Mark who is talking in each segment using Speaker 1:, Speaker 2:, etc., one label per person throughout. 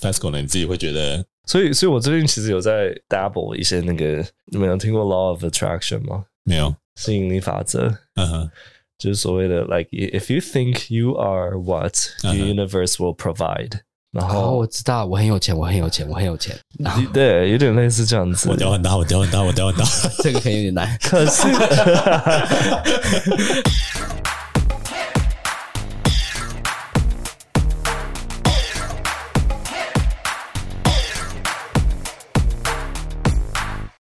Speaker 1: FESCO 呢，你自己会觉得
Speaker 2: 所以，所以我最近其实有在 dabble 一些那个，你们有听过 law of attraction 吗？
Speaker 1: 没有？
Speaker 2: 吸引力法则，
Speaker 1: 嗯哼，
Speaker 2: 就是所谓的 like if you think you are what the
Speaker 1: 嗯哼
Speaker 2: universe will provide，、然
Speaker 3: 哦，
Speaker 2: 后、
Speaker 3: 我知道，我很有钱，我很有钱，我很有钱。然后
Speaker 2: 对，有点类似这样子
Speaker 1: 我。屌很大，我屌很大，我屌很大。
Speaker 3: 这 个可能有点难。
Speaker 2: 可 是，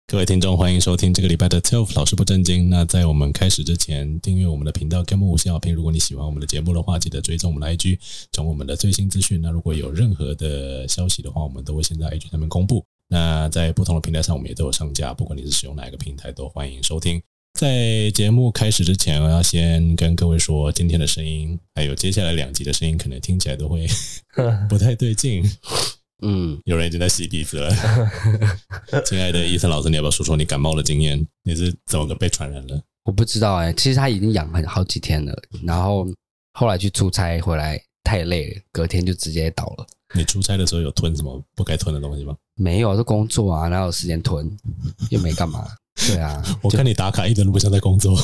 Speaker 1: 各位听众，欢迎收听这个礼拜的 TILF 老师不正经。那在我们开始之前，订阅我们的频道，给我们五星好评。如果你喜欢我们的节目的话，记得追踪我们的 IG，掌握我们的最新资讯。那如果有任何的消息的话，我们都会先在 IG 上面公布。那在不同的平台上，我们也都有上架，不管你是使用哪一个平台，都欢迎收听。在节目开始之前，我要先跟各位说，今天的声音还有接下来两集的声音，可能听起来都会 不太对劲。
Speaker 3: 嗯，
Speaker 1: 有人已经在吸鼻子 了。亲爱的医生老师，你要不要说说你感冒的经验？你是怎么个被传染了？
Speaker 3: 我不知道哎、其实他已经养很好几天了，然后后来去出差回来太累了，隔天就直接倒了。
Speaker 1: 你出差的时候有吞什么不该吞的东西吗？
Speaker 3: 没有，是工作啊，哪有时间吞？又没干 嘛。对啊，
Speaker 1: 我看你打卡一点都不像在工作，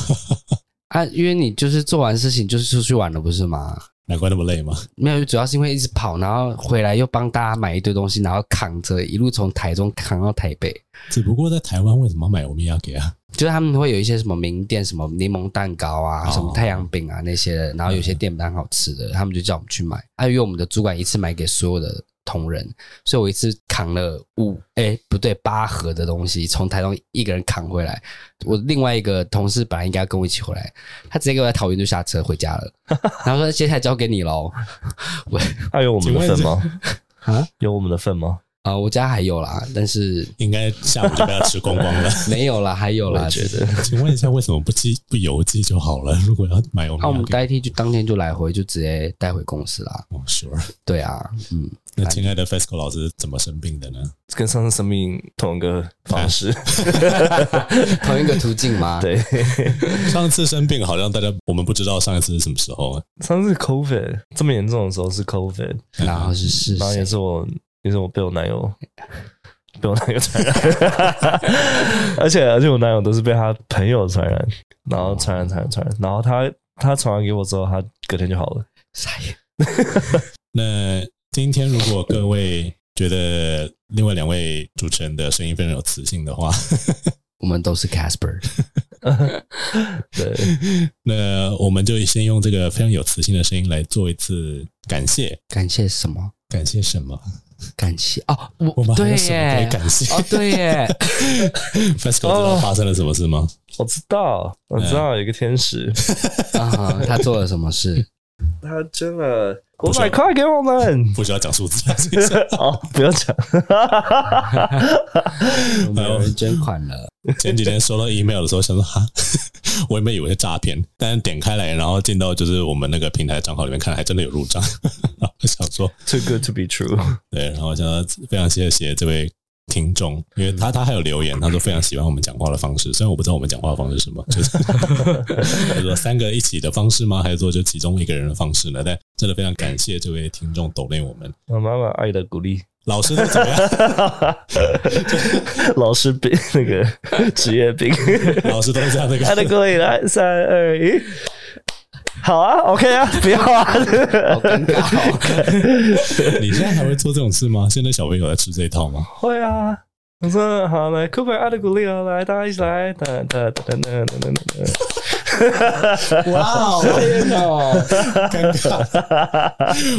Speaker 3: 啊，因为你就是做完事情就是出去玩了，不是吗？
Speaker 1: 难怪那么累嘛。
Speaker 3: 没有，主要是因为一直跑，然后回来又帮大家买一堆东西，然后扛着一路从台中扛到台北。
Speaker 1: 只不过在台湾为什么要买欧米亚给啊？
Speaker 3: 就是他们会有一些什么名店，什么柠檬蛋糕啊，
Speaker 1: 哦
Speaker 3: 什么太阳饼啊那些的，然后有些店蛮好吃的，他们就叫我们去买。啊，因为我们的主管一次买给所有的同仁，所以我一次扛了五，哎、不对，八盒的东西，从台东一个人扛回来。我另外一个同事本来应该跟我一起回来，他直接给我在桃园就下车回家 了，然后说接下来交给你喽。我
Speaker 2: 还有我们的份吗？
Speaker 3: 啊
Speaker 2: 有我们的份吗？
Speaker 3: 啊、我家还有啦，但是
Speaker 1: 应该下午就被他吃光光了。
Speaker 3: 没有啦，还有
Speaker 2: 我
Speaker 3: 啦，
Speaker 2: 也觉
Speaker 3: 只
Speaker 2: 得
Speaker 3: 是。
Speaker 1: 请问一下，为什么不寄不邮寄就好了？如果要买欧米
Speaker 3: 那、啊我
Speaker 1: 亚
Speaker 3: 们
Speaker 1: 给，
Speaker 3: 代替就当天就来回，就直接带回公司啦。
Speaker 1: 哦，sure。
Speaker 3: 对啊，嗯，
Speaker 1: 那亲爱的 FESCO 老师怎么生病的呢？
Speaker 2: 跟上次生命同一个 方式，
Speaker 3: 同一个途径吗？，
Speaker 2: 对，
Speaker 1: 上次生病好像大家我们不知道上一次是什么时候啊？
Speaker 2: 上次 COVID 这么严重的时候是 COVID，
Speaker 3: 然后是是
Speaker 2: 然后也
Speaker 3: 谁？
Speaker 2: 是我，也是我被我男友 被我男友传染， 而且而且我男友都是被他朋友传染，然后传染传染传染，然后他他传染给我之后，他隔天就好了。
Speaker 3: 傻眼
Speaker 1: 那今天如果各位觉得另外两位主持人的声音非常有磁性的话，
Speaker 3: 我们都是 Casper，
Speaker 2: 对，
Speaker 1: 那我们就先用这个非常有磁性的声音来做一次感谢。
Speaker 3: 感谢什么？
Speaker 1: 感谢什么？
Speaker 3: 感谢哦，我
Speaker 1: 我们还
Speaker 3: 对
Speaker 1: 有什么可以
Speaker 3: 耶，
Speaker 1: 感谢、
Speaker 3: 哦对哦耶，
Speaker 1: f e s c o 知道发生了什么事吗？
Speaker 2: 我知道，我知道有一个天使，
Speaker 3: 啊，他做了什 么事？
Speaker 2: 他捐了五
Speaker 1: 不是
Speaker 2: 百块给我们。
Speaker 1: 不需要讲数字，谢谢
Speaker 2: 哦，不要讲，
Speaker 3: 我们有人捐款了，
Speaker 1: 前几天收到 email 的时候，想说哈， 我也没以为是诈骗，但是点开来，然后进到就是我们那个平台账号里面看，还真的有入账， 然后想说
Speaker 2: too good to be true。
Speaker 1: 对，然后想到非常谢谢这位听众，因为他他还有留言，他说非常喜欢我们讲话的方式，虽然我不知道我们讲话的方式是什么，就是 他说三个一起的方式吗？还是说就其中一个人的方式呢？但真的非常感谢这位听众抖内我们
Speaker 2: 我妈妈爱的鼓励，
Speaker 1: 老师都怎么样？
Speaker 2: 老师病那个职业病。
Speaker 1: 老师都是这样的
Speaker 2: 他
Speaker 1: 感
Speaker 2: 的
Speaker 1: 觉。
Speaker 2: 歌以来，三二一，好啊，OK 啊，不要啊，
Speaker 3: 好尴尬 哦。
Speaker 1: 你现在还会做这种事吗？现在小朋友在吃这一套吗？
Speaker 2: 会啊。我说好来，Cooper 爱的鼓励啊，来，大家一起来，哒哒哒哒哒哒哒哒。
Speaker 3: 哇哦，天哪！
Speaker 1: 尴尬，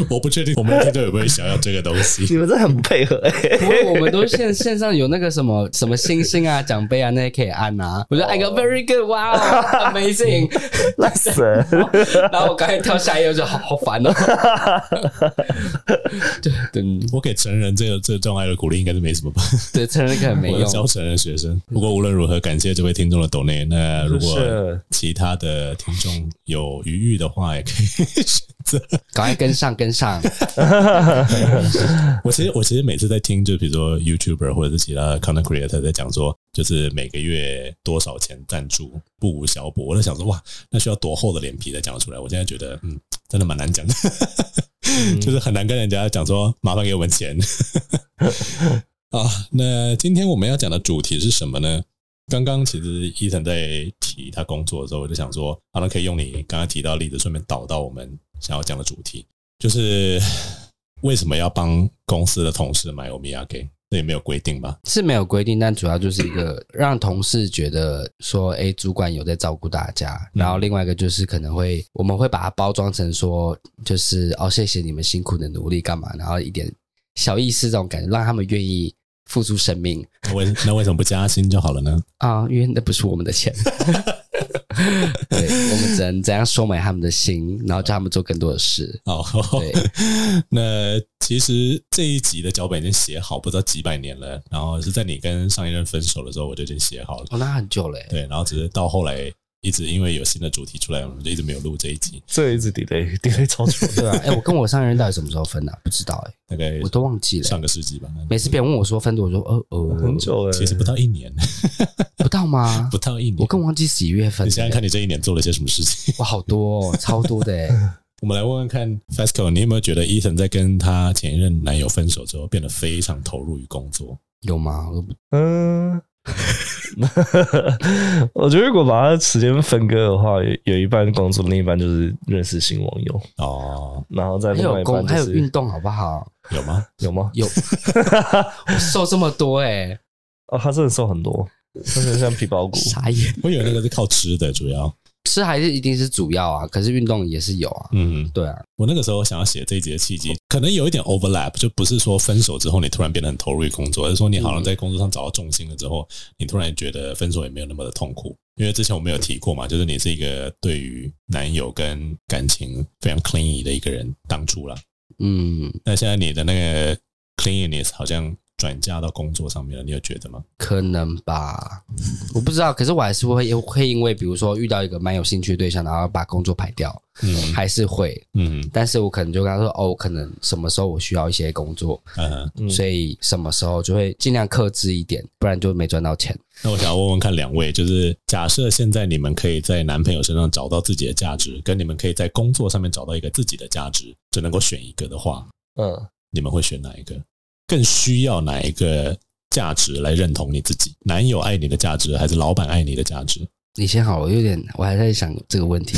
Speaker 1: 我不确定我们的听众有没有想要这个东西。
Speaker 2: 你们真的很配合、欸，
Speaker 3: 不过我们都线线上有那个什么什么星星啊、奖杯啊，那些可以按啊。
Speaker 1: 哦
Speaker 3: 我就按一个 very good，哇哦，amazing。
Speaker 2: 烂死了！
Speaker 3: 然后我刚才跳下一个，我就好好烦 哦。对对
Speaker 1: 我给成人这个这个障碍的鼓励应该是没什么吧。
Speaker 3: 对，成人可能没
Speaker 1: 我要
Speaker 3: 用。
Speaker 1: 教成人学生。不过无论如何，感谢这位听众的抖内。那如果
Speaker 2: 是
Speaker 1: 其他的听众有余裕的话，也可以 选择。
Speaker 3: 赶快跟上跟上，
Speaker 1: 我其实我其实每次在听，就比如说 YouTuber 或者是其他 content creator 在讲说，就是每个月多少钱赞助不无小补。我在想说，哇，那需要多厚的脸皮才讲得出来？我现在觉得，嗯，真的蛮难讲的。 就是很难跟人家讲说麻烦给我们钱。 啊，那今天我们要讲的主题是什么呢？刚刚其实伊藤在提他工作的时候，我就想说，好、那可以用你刚刚提到的例子，顺便导到我们想要讲的主题，就是为什么要帮公司的同事买欧米亚给？这也没有规定吧？
Speaker 3: 是没有规定，但主要就是一个让同事觉得说，哎、主管有在照顾大家。然后另外一个就是可能会，我们会把它包装成说，就是哦，谢谢你们辛苦的努力，干嘛？然后一点小意思这种感觉，让他们愿意付出生命
Speaker 1: 那为那为什么不加薪就好了呢？
Speaker 3: 啊，因为那不是我们的钱。对，我们只能怎样收买他们的心，然后叫他们做更多的事。
Speaker 1: 哦
Speaker 3: 对，
Speaker 1: 那其实这一集的脚本已经写好，不知道几百年了。然后是在你跟上一任分手的时候，我就已经写好了。
Speaker 3: 哦，那很久嘞、
Speaker 1: 对，然后只是到后来一直因为有新的主题出来，我们就一直没有录这一集。
Speaker 2: 这一直 delay delay 超久的，
Speaker 3: 对啊，哎、我跟我上一任到底什么时候分的、不知道哎、
Speaker 1: 大概
Speaker 3: 我都忘记了、
Speaker 1: 上个世纪吧，
Speaker 3: 每次别人问我说分多，我说哦哦，
Speaker 2: 很久哎了。
Speaker 1: 其实不到一年，
Speaker 3: 不到吗？
Speaker 1: 不到一年。
Speaker 3: 我更忘记几月份
Speaker 1: 你
Speaker 3: 了。
Speaker 1: 想想看，你这一年做了些什么事情？
Speaker 3: 哇，好多、哦，超多的哎！
Speaker 1: 我们来问问看，Fasco，你有没有觉得 Ethan 在跟他前一任男友分手之后，变得非常投入于工作？
Speaker 3: 有吗？我都不
Speaker 2: 嗯， 我觉得如果把它时间分割的话，有有一半工作，另一半就是认识新网友，
Speaker 1: 哦，
Speaker 2: 然后再
Speaker 3: 还
Speaker 2: 另外
Speaker 3: 有
Speaker 2: 一
Speaker 3: 工，
Speaker 2: 半
Speaker 3: 还
Speaker 2: 就
Speaker 3: 有
Speaker 2: 是
Speaker 3: 运动，好不好？
Speaker 1: 有吗？
Speaker 2: 有吗？
Speaker 3: 有， 我瘦这么多哎，
Speaker 2: 哦，他真的瘦很多，他真的像皮包骨。
Speaker 3: 傻眼。
Speaker 1: 我以为那个是靠吃的，主要。
Speaker 3: 吃还是一定是主要啊，可是运动也是有啊。
Speaker 1: 嗯，
Speaker 3: 对啊，
Speaker 1: 我那个时候想要写这一集的契机，可能有一点 overlap，就不是说分手之后你突然变得很投入于工作，而是说你好像在工作上找到重心了之后，你突然觉得分手也没有那么的痛苦。因为之前我们有提过嘛，就是你是一个对于男友跟感情非常 clingy 的一个人，当初啦。
Speaker 3: 嗯，
Speaker 1: 那现在你的那个 clinginess 好像转嫁到工作上面了，你有觉得吗？
Speaker 3: 可能吧，我不知道。可是我还是会会因为，比如说遇到一个蛮有兴趣的对象，然后把工作排掉，
Speaker 1: 嗯
Speaker 3: 还是会。
Speaker 1: 嗯
Speaker 3: 但是我可能就跟他说，哦，我可能什么时候我需要一些工作，
Speaker 1: 嗯。
Speaker 2: 嗯
Speaker 3: 所以什么时候就会尽量克制一点，不然就没赚到钱。
Speaker 1: 那我想要问问看两位，就是假设现在你们可以在男朋友身上找到自己的价值，跟你们可以在工作上面找到一个自己的价值，只能够选一个的话，
Speaker 2: 嗯，
Speaker 1: 你们会选哪一个？更需要哪一个价值来认同你自己？男友爱你的价值，还是老板爱你的价值？
Speaker 3: 你先好了，我有点，我还在想这个问 题，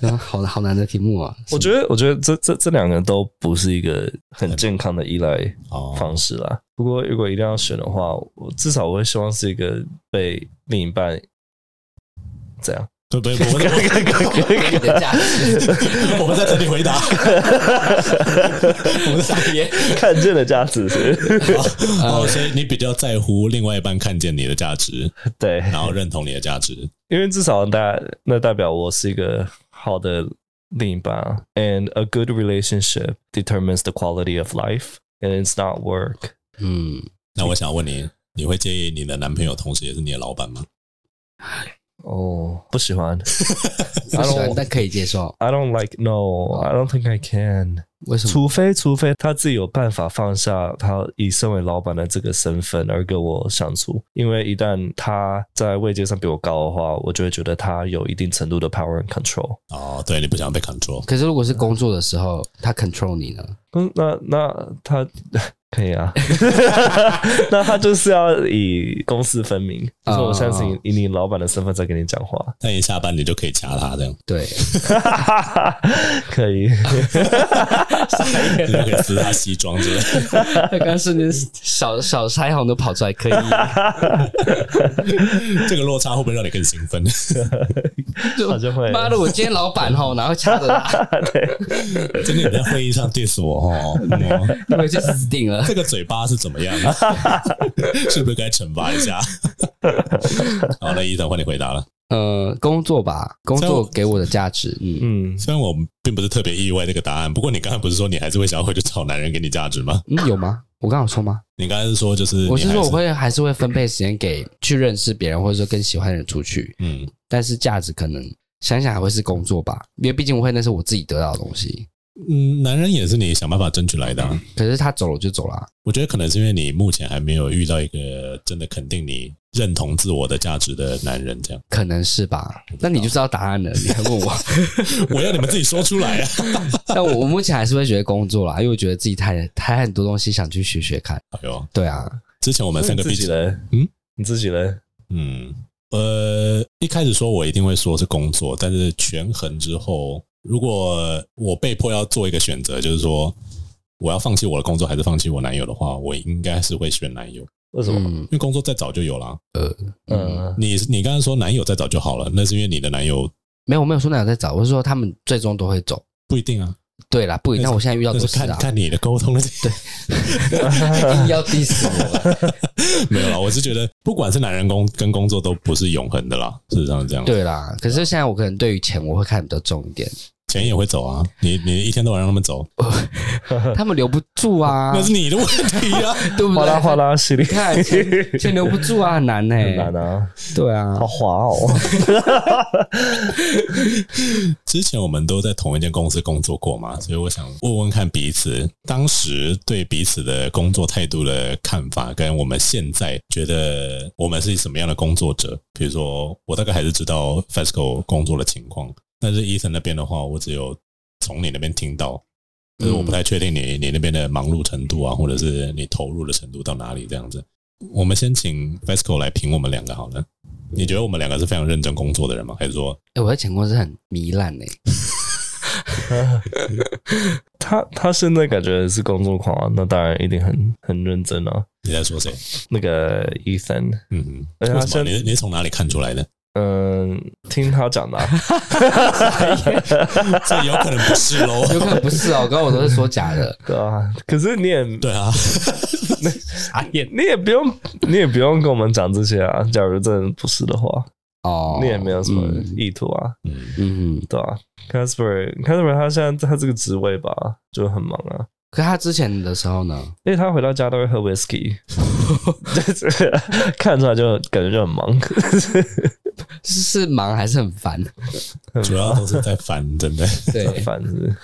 Speaker 3: 嗯好好难的题目啊！
Speaker 2: 我觉得，我觉得这这这两个都不是一个很健康的依赖
Speaker 1: 哦，
Speaker 2: 方式啦。不过，如果一定要选的话，我至少我会希望是一个被另一半怎样？
Speaker 1: 对不对？我们在
Speaker 3: 你的价值
Speaker 1: 我们在等你回答。 我们在
Speaker 3: 也
Speaker 2: 看见的价值是，
Speaker 1: 好哦，所以你比较在乎另外一半看见你的价值，
Speaker 2: 对，
Speaker 1: 然后认同你的价值。
Speaker 2: 因为至少代那代表我是一个好的另一半啊，and a good relationship determines the quality of life and it's not work。
Speaker 3: 嗯，
Speaker 1: 那我想问你，你会介意你的男朋友同时也是你的老板吗？
Speaker 2: 哦，不喜欢
Speaker 3: 不喜欢
Speaker 2: I don't-
Speaker 3: 但可以接受，
Speaker 2: ，I don't like no, I don't think I can。
Speaker 3: 为什么？
Speaker 2: 除非除非他自己有办法放下他以身为老板的这个身份而跟我相处，因为一旦他在位阶上比我高的话，我就会觉得他有一定程度的 power and control。
Speaker 1: 哦，对你不想被 control，
Speaker 3: 可是如果是工作的时候，他 control 你呢？
Speaker 2: 嗯，那那他 可以啊， 那他就是要以公私分明，就是我相
Speaker 3: 啊
Speaker 2: 信以你老板的身份在跟你讲话，
Speaker 1: 但一下班你就可以掐他，这样
Speaker 3: 对，
Speaker 2: 可 以，
Speaker 1: 你就可以撕他西装之类的。
Speaker 3: 他刚刚瞬间小小腮红都跑出来， 可以，
Speaker 1: 这个落差会不会让你更兴奋？
Speaker 3: 就
Speaker 2: 好像会
Speaker 3: 妈 的，我今天老板吼，然后掐着他，
Speaker 1: 今天你在会议上 diss 我哦，嗯
Speaker 3: 你们就死定了。
Speaker 1: 这个嘴巴是怎么样？啊 是不是该惩罚一下？ 好，那伊藤换你回答了。
Speaker 3: 呃，工作吧，工
Speaker 1: 所以
Speaker 3: 作
Speaker 1: 我
Speaker 3: 给我的价值，嗯
Speaker 2: 嗯，
Speaker 1: 虽然我并不是特别意外这个答案，不过你刚才不是说你还是会想要回去找男人给你价值吗？
Speaker 3: 嗯，有吗？我刚好说吗？
Speaker 1: 你刚才是说就是
Speaker 3: 我
Speaker 1: 你
Speaker 3: 是
Speaker 1: 还
Speaker 3: 说我会还是会分配时间给去认识别人，或者说跟喜欢的人出去，
Speaker 1: 嗯
Speaker 3: 但是价值可能想想还会是工作吧，因为毕竟我会那是我自己得到的东西。
Speaker 1: 嗯，男人也是你想办法争取来的
Speaker 3: 嗯
Speaker 1: 啊、
Speaker 3: 可是他走了就走了啊，
Speaker 1: 我觉得可能是因为你目前还没有遇到一个真的肯定你认同自我的价值的男人这样。
Speaker 3: 可能是吧？那你就知道答案了，你还问我？
Speaker 1: 我要你们自己说出来啊！
Speaker 3: 但我我目前还是会觉得工作啦，因为我觉得自己太太很多东西想去学学看。
Speaker 1: 哎呦，
Speaker 3: 对啊，
Speaker 1: 之前我们三个
Speaker 2: 自
Speaker 1: 毕
Speaker 2: 己
Speaker 1: 竟，
Speaker 2: 人，
Speaker 1: 嗯，
Speaker 2: 你自己人，
Speaker 1: 嗯，呃，一开始说我一定会说是工作，但是权衡之后，如果我被迫要做一个选择，就是说我要放弃我的工作还是放弃我男友的话，我应该是会选男友，因
Speaker 2: 为什么？
Speaker 3: 嗯
Speaker 1: 为工作再早就有啊啦。
Speaker 3: 嗯，
Speaker 2: 嗯，
Speaker 1: 你你刚刚说男友再早就好了，那是因为你的男友
Speaker 3: 没有，我没有说那有在找，我是说他们最终都会走。
Speaker 1: 不一定啊，
Speaker 3: 对啦，不一定。
Speaker 1: 那是
Speaker 3: 但我现在遇到
Speaker 1: 那
Speaker 3: 都
Speaker 1: 是
Speaker 3: 是
Speaker 1: 看
Speaker 3: 啊，
Speaker 1: 看你的沟通的。
Speaker 3: 硬要 diss 我。 啊
Speaker 1: 没有啦，我是觉得不管是男人工跟工作都不是永恒的啦，事实上是这样。，
Speaker 3: 对啦，可是现在我可能对于钱我会看得比较重一点，
Speaker 1: 钱也会走啊，你你一天到晚让他们走，
Speaker 3: 啊 他们留不住啊，
Speaker 1: 那是你的问题啊。
Speaker 3: 对不
Speaker 2: 哗
Speaker 3: 对？
Speaker 2: 啦哗 啦，稀里
Speaker 3: 你看钱钱留不住啊，很难呢、
Speaker 2: 很难啊，
Speaker 3: 对啊
Speaker 2: 好，滑哦。
Speaker 1: 之前我们都在同一间公司工作过嘛，所以我想问问看彼此当时对彼此的工作态度的看法，跟我们现在觉得我们是什么样的工作者。比如说，我大概还是知道 FESCO 工作的情况，但是 Ethan 那边的话，我只有从你那边听到，但是我不太确定你你那边的忙碌程度啊，或者是你投入的程度到哪里这样子。我们先请 FESCO 来评我们两个好了。你觉得我们两个是非常认真工作的人吗？还是说
Speaker 3: 哎、我在前公司很糜烂呢、
Speaker 2: 他他现在感觉是工作狂啊，那当然一定很很认真啊。
Speaker 1: 你在说谁？
Speaker 2: 那个 Ethan，
Speaker 1: 嗯，
Speaker 2: 而且
Speaker 1: 为
Speaker 2: 他
Speaker 1: 什么？
Speaker 2: 现
Speaker 1: 你你从哪里看出来的？
Speaker 2: 嗯、听他讲的啊、
Speaker 1: 这有可能不是喽。
Speaker 3: 有可能不是哦，刚刚我都是说假的，
Speaker 2: 对啊，可是你也
Speaker 1: 对啊，
Speaker 3: 傻眼
Speaker 2: 你也不用你也不用跟我们讲这些啊。假如真的不是的话，
Speaker 3: 哦，
Speaker 2: 你也没有什么
Speaker 3: 嗯
Speaker 2: 意图啊，
Speaker 1: 嗯，
Speaker 3: 嗯
Speaker 2: 对啊。Casper，Casper 他现在他这个职位吧，就很忙啊。
Speaker 3: 可他之前的时候呢，
Speaker 2: 因为他回到家都会喝 whisky，就是看出来就感觉就很忙。
Speaker 3: 是是忙还是很烦？
Speaker 1: 主要都是在烦，真的。
Speaker 3: 对
Speaker 2: 反正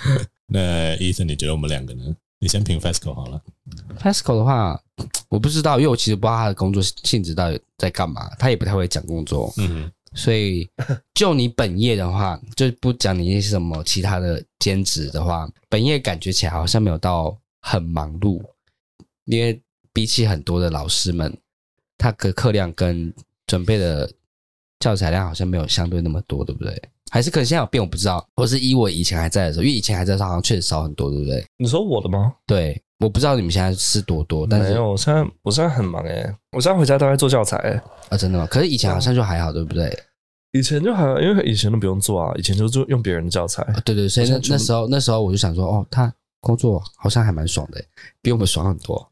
Speaker 1: 那医生，你觉得我们两个呢？你先评 FESCO 好了。
Speaker 3: ，Pascal 的话，我不知道，因为我其实不知道他的工作性质到底在干嘛，他也不太会讲工作，
Speaker 1: 嗯
Speaker 3: 所以就你本业的话， 就不讲你是什么其他的兼职的话，本业感觉起来好像没有到很忙碌，因为比起很多的老师们，他的课量跟准备的教材量好像没有相对那么多，对不对？还是可能现在有变，我不知道。我是以我以前还在的时候，因为以前还在的时候好像确实少很多，对不对？
Speaker 2: 你说我的吗？
Speaker 3: 对，我不知道你们现在是多多，但
Speaker 2: 没
Speaker 3: 是啊、
Speaker 2: 有，我现在我现在很忙哎、我现在回家都在做教材、欸。
Speaker 3: 啊真的吗？可是以前好像就还好，对不对？
Speaker 2: 以前就还因为以前都不用做啊，以前就做用别人的教材。
Speaker 3: 啊对对，所以
Speaker 2: 好
Speaker 3: 那
Speaker 2: 像全部
Speaker 3: 那时候那时候我就想说，哦，他工作好像还蛮爽的，比我们爽很多，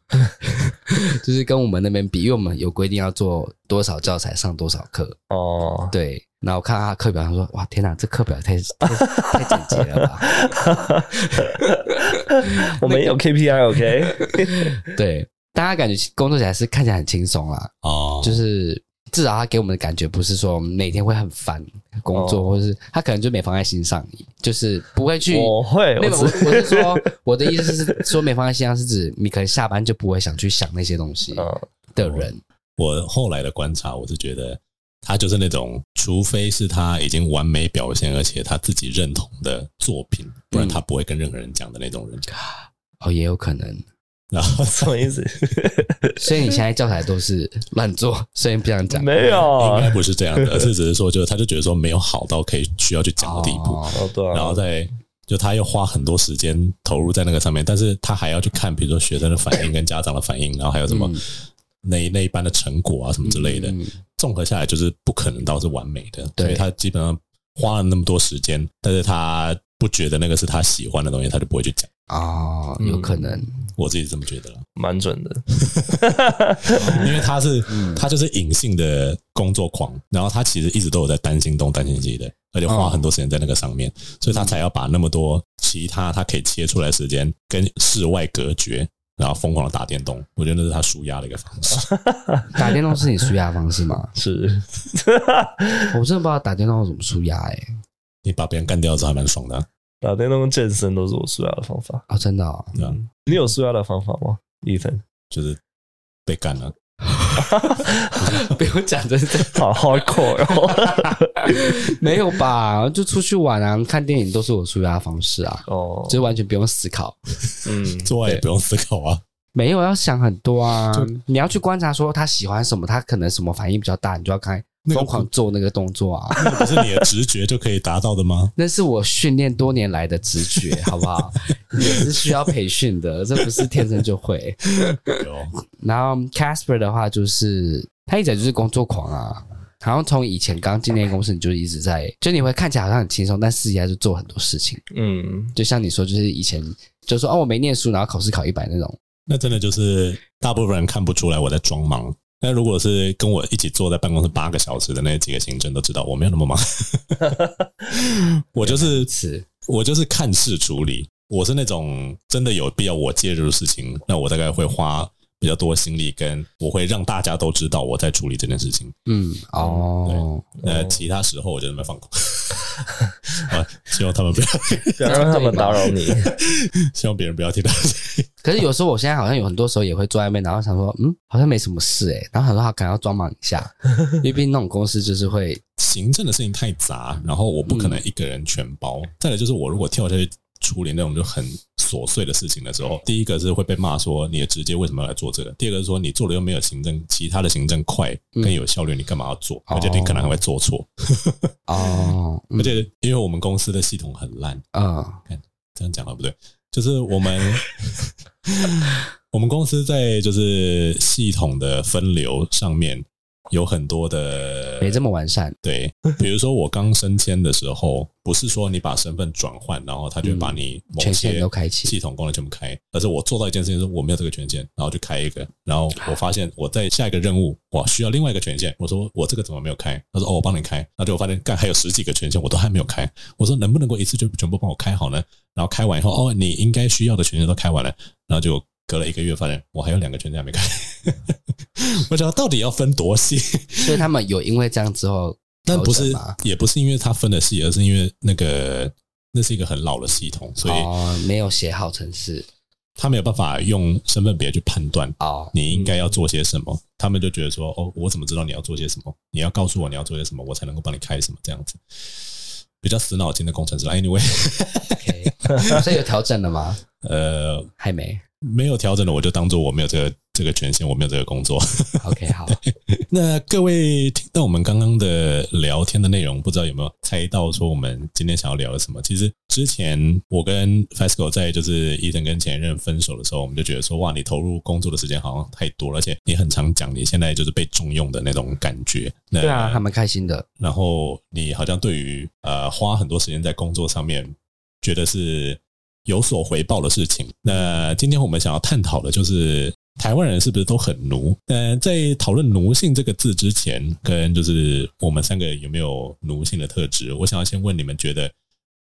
Speaker 3: 就是跟我们那边比，因为我们有规定要做多少教材上多少课，
Speaker 2: 哦，
Speaker 3: 对。然后我看他的课表，他说：“哇，天哪，这课表太太太简洁了吧
Speaker 2: 我们也有 KPI，OK？”
Speaker 3: 对，大家感觉工作起来是看起来很轻松啦，
Speaker 1: 哦，
Speaker 3: 就是至少他给我们的感觉不是说我们每天会很烦工作，
Speaker 2: 哦
Speaker 3: 或是他可能就没放在心上，就是不会去。
Speaker 2: 我会，
Speaker 3: 没
Speaker 2: 我
Speaker 3: 有，我我
Speaker 2: 只
Speaker 3: 是说，我的意思是说，没放在心上是指你可能下班就不会想去想那些东西
Speaker 2: 嗯
Speaker 3: 的人。
Speaker 1: 我后来的观察，我是觉得他就是那种，除非是他已经完美表现，而且他自己认同的作品，不然他不会跟任何人讲的那种人。
Speaker 3: 哦，也有可能。
Speaker 1: 然后
Speaker 2: 嗯什么意思？
Speaker 3: 所以你现在教材都是 乱做，所以不想讲。
Speaker 2: 没有，
Speaker 1: 应该
Speaker 2: 哦，
Speaker 1: 不是这样的，而是只是说，就他就觉得说没有好到可以需要去讲的地步。
Speaker 3: 哦
Speaker 2: 对啊，
Speaker 1: 然后再就他又花很多时间投入在那个上面，但是他还要去看，比如说学生的反应跟家长的反应，然后还有什么
Speaker 3: 嗯
Speaker 1: 那一那一班的成果啊什么之类的
Speaker 3: 嗯，
Speaker 1: 综合下来就是不可能到是完美的，
Speaker 3: 对
Speaker 1: 所以他基本上花了那么多时间，但是他不觉得那个是他喜欢的东西，他就不会去讲。
Speaker 3: 哦，
Speaker 2: 嗯
Speaker 3: 有可能。
Speaker 1: 我自己是这么觉得了，
Speaker 2: 蛮准的。
Speaker 1: 因为他是他就是隐性的工作狂，然后他其实一直都有在担心东担心西的，而且花
Speaker 3: 嗯
Speaker 1: 很多时间在那个上面，所以他才要把那么多其他他可以切出来的时间跟室外隔绝，然后疯狂的打电动。我觉得那是他舒压的一个方式。
Speaker 3: 打电动是你舒压方式吗？
Speaker 2: 是，
Speaker 3: 我真的不知道打电动要怎么舒压哎。
Speaker 1: 你把别人干掉之后还蛮爽的啊、
Speaker 2: 打电动、健身都是我舒压的方法。
Speaker 3: 哦，真的哦。
Speaker 1: 对啊
Speaker 2: 嗯，你有舒压的方法吗，Ethan？
Speaker 1: 就是被干了。
Speaker 3: 不用讲，真的
Speaker 2: 好啊 hardcore 哦。
Speaker 3: 没有吧？就出去玩啊，看电影都是我舒压方式啊，
Speaker 2: 哦，
Speaker 3: 就是完全不用思考，
Speaker 2: 嗯，
Speaker 1: 做爱也不用思考啊。
Speaker 3: 没有要想很多啊。你要去观察说他喜欢什么，他可能什么反应比较大，你就要开
Speaker 1: 那个
Speaker 3: 疯狂做那个动作啊。
Speaker 1: 那不是你的直觉就可以达到的吗？
Speaker 3: 那是我训练多年来的直觉，好不好？也是需要培训的，这不是天生就会。
Speaker 1: 有，
Speaker 3: 然后 Casper 的话，就是他一直就是工作狂啊，好像从以前刚进那间公司，你就一直在，就你会看起来好像很轻松，但私底下就做很多事情。
Speaker 2: 嗯，
Speaker 3: 就像你说，就是以前就说哦，我没念书，然后考试考一百那种，
Speaker 1: 那真的就是大部分人看不出来我在装忙。但如果是跟我一起坐在办公室八个小时的那几个行政都知道我没有那么忙， 我就是
Speaker 3: 是
Speaker 1: 我就是看事处理，我是那种真的有必要我介入的事情，那我大概会花比较多心力，跟我会让大家都知道我在处理这件事情。
Speaker 3: 嗯哦，
Speaker 1: 呃，
Speaker 2: 哦
Speaker 1: 其他时候我就在那边放空， 啊，希望他们不要，
Speaker 2: 不要让他们打扰你。
Speaker 1: 希望别人不要听到。
Speaker 3: 可是有时候我现在好像有很多时候也会坐在那边，然后想说嗯，好像没什么事诶、然后想说好，可能要装忙一下， 因为毕竟那种公司就是会
Speaker 1: 行政的事情太
Speaker 3: 嗯
Speaker 1: 杂，然后我不可能一个人全包。再来就是我如果跳下去处理那种就很琐碎的事情的时
Speaker 3: 嗯
Speaker 1: 候，第一个是会被骂说你的直接为什么要来做这个，第二个是说你做了又没有行政其他的行政快
Speaker 3: 嗯
Speaker 1: 更有效率，你干嘛要做？
Speaker 3: 哦
Speaker 1: 而且你可能还会做错，
Speaker 3: 哦，
Speaker 1: 而且因为我们公司的系统很烂，
Speaker 3: 嗯。
Speaker 1: 这样讲了不对，就是我们 我们公司在就是系统的分流上面有很多的
Speaker 3: 没这么完善，
Speaker 1: 对，比如说我刚升迁的时候，不是说你把身份转换，然后他就会把你某
Speaker 3: 嗯权限
Speaker 1: 些
Speaker 3: 都开启
Speaker 1: 系统功能全部开，而是我做到一件事情，是我没有这个权限，然后就开一个，然后我发现我在下一个任务，哇，需要另外一个权限，我说我这个怎么没有开？他说哦，我帮你开，然后就我发现干还有十几个权限我都还没有开，我说能不能够一次就全部帮我开好呢？然后开完以后，哦，你应该需要的权限都开完了，然后就隔了一个月，发现我还有两个权限还没开，我想到底要分多细？
Speaker 3: 所以他们有因为这样之后
Speaker 1: 但不
Speaker 3: 调整啊
Speaker 1: 是
Speaker 3: 吗，
Speaker 1: 也不是因为它分的细，而是因为那个那是一个很老的系统，所以
Speaker 3: 哦没有写好程式
Speaker 1: 他没有办法用身份别去判断
Speaker 3: 哦，
Speaker 1: 你应该要做些什
Speaker 3: 嗯
Speaker 1: 么。他们就觉得说，哦，我怎么知道你要做些什么？你要告诉我你要做些什么，我才能够帮你开什么这样子。比较死脑筋的工程师啦，anyway，
Speaker 3: OK 所以有调整了吗？
Speaker 1: 呃，
Speaker 3: 还没。
Speaker 1: 没有调整的我就当做我没有这个这个权限，我没有这个工作。
Speaker 3: OK，好，
Speaker 1: 那各位听到我们刚刚的聊天的内容，不知道有没有猜到说我们今天想要聊的什么？其实之前我跟 FESCO 在就是伊森跟前任分手的时候，我们就觉得说，哇，你投入工作的时间好像太多了，而且你很常讲你现在就是被重用的那种感觉。那
Speaker 2: 对啊
Speaker 3: 他们开心的，
Speaker 1: 然后你好像对于呃花很多时间在工作上面，觉得是有所回报的事情。那今天我们想要探讨的就是台湾人是不是都很奴？呃，在讨论奴性这个字之前，跟就是我们三个有没有奴性的特质，我想要先问你们觉得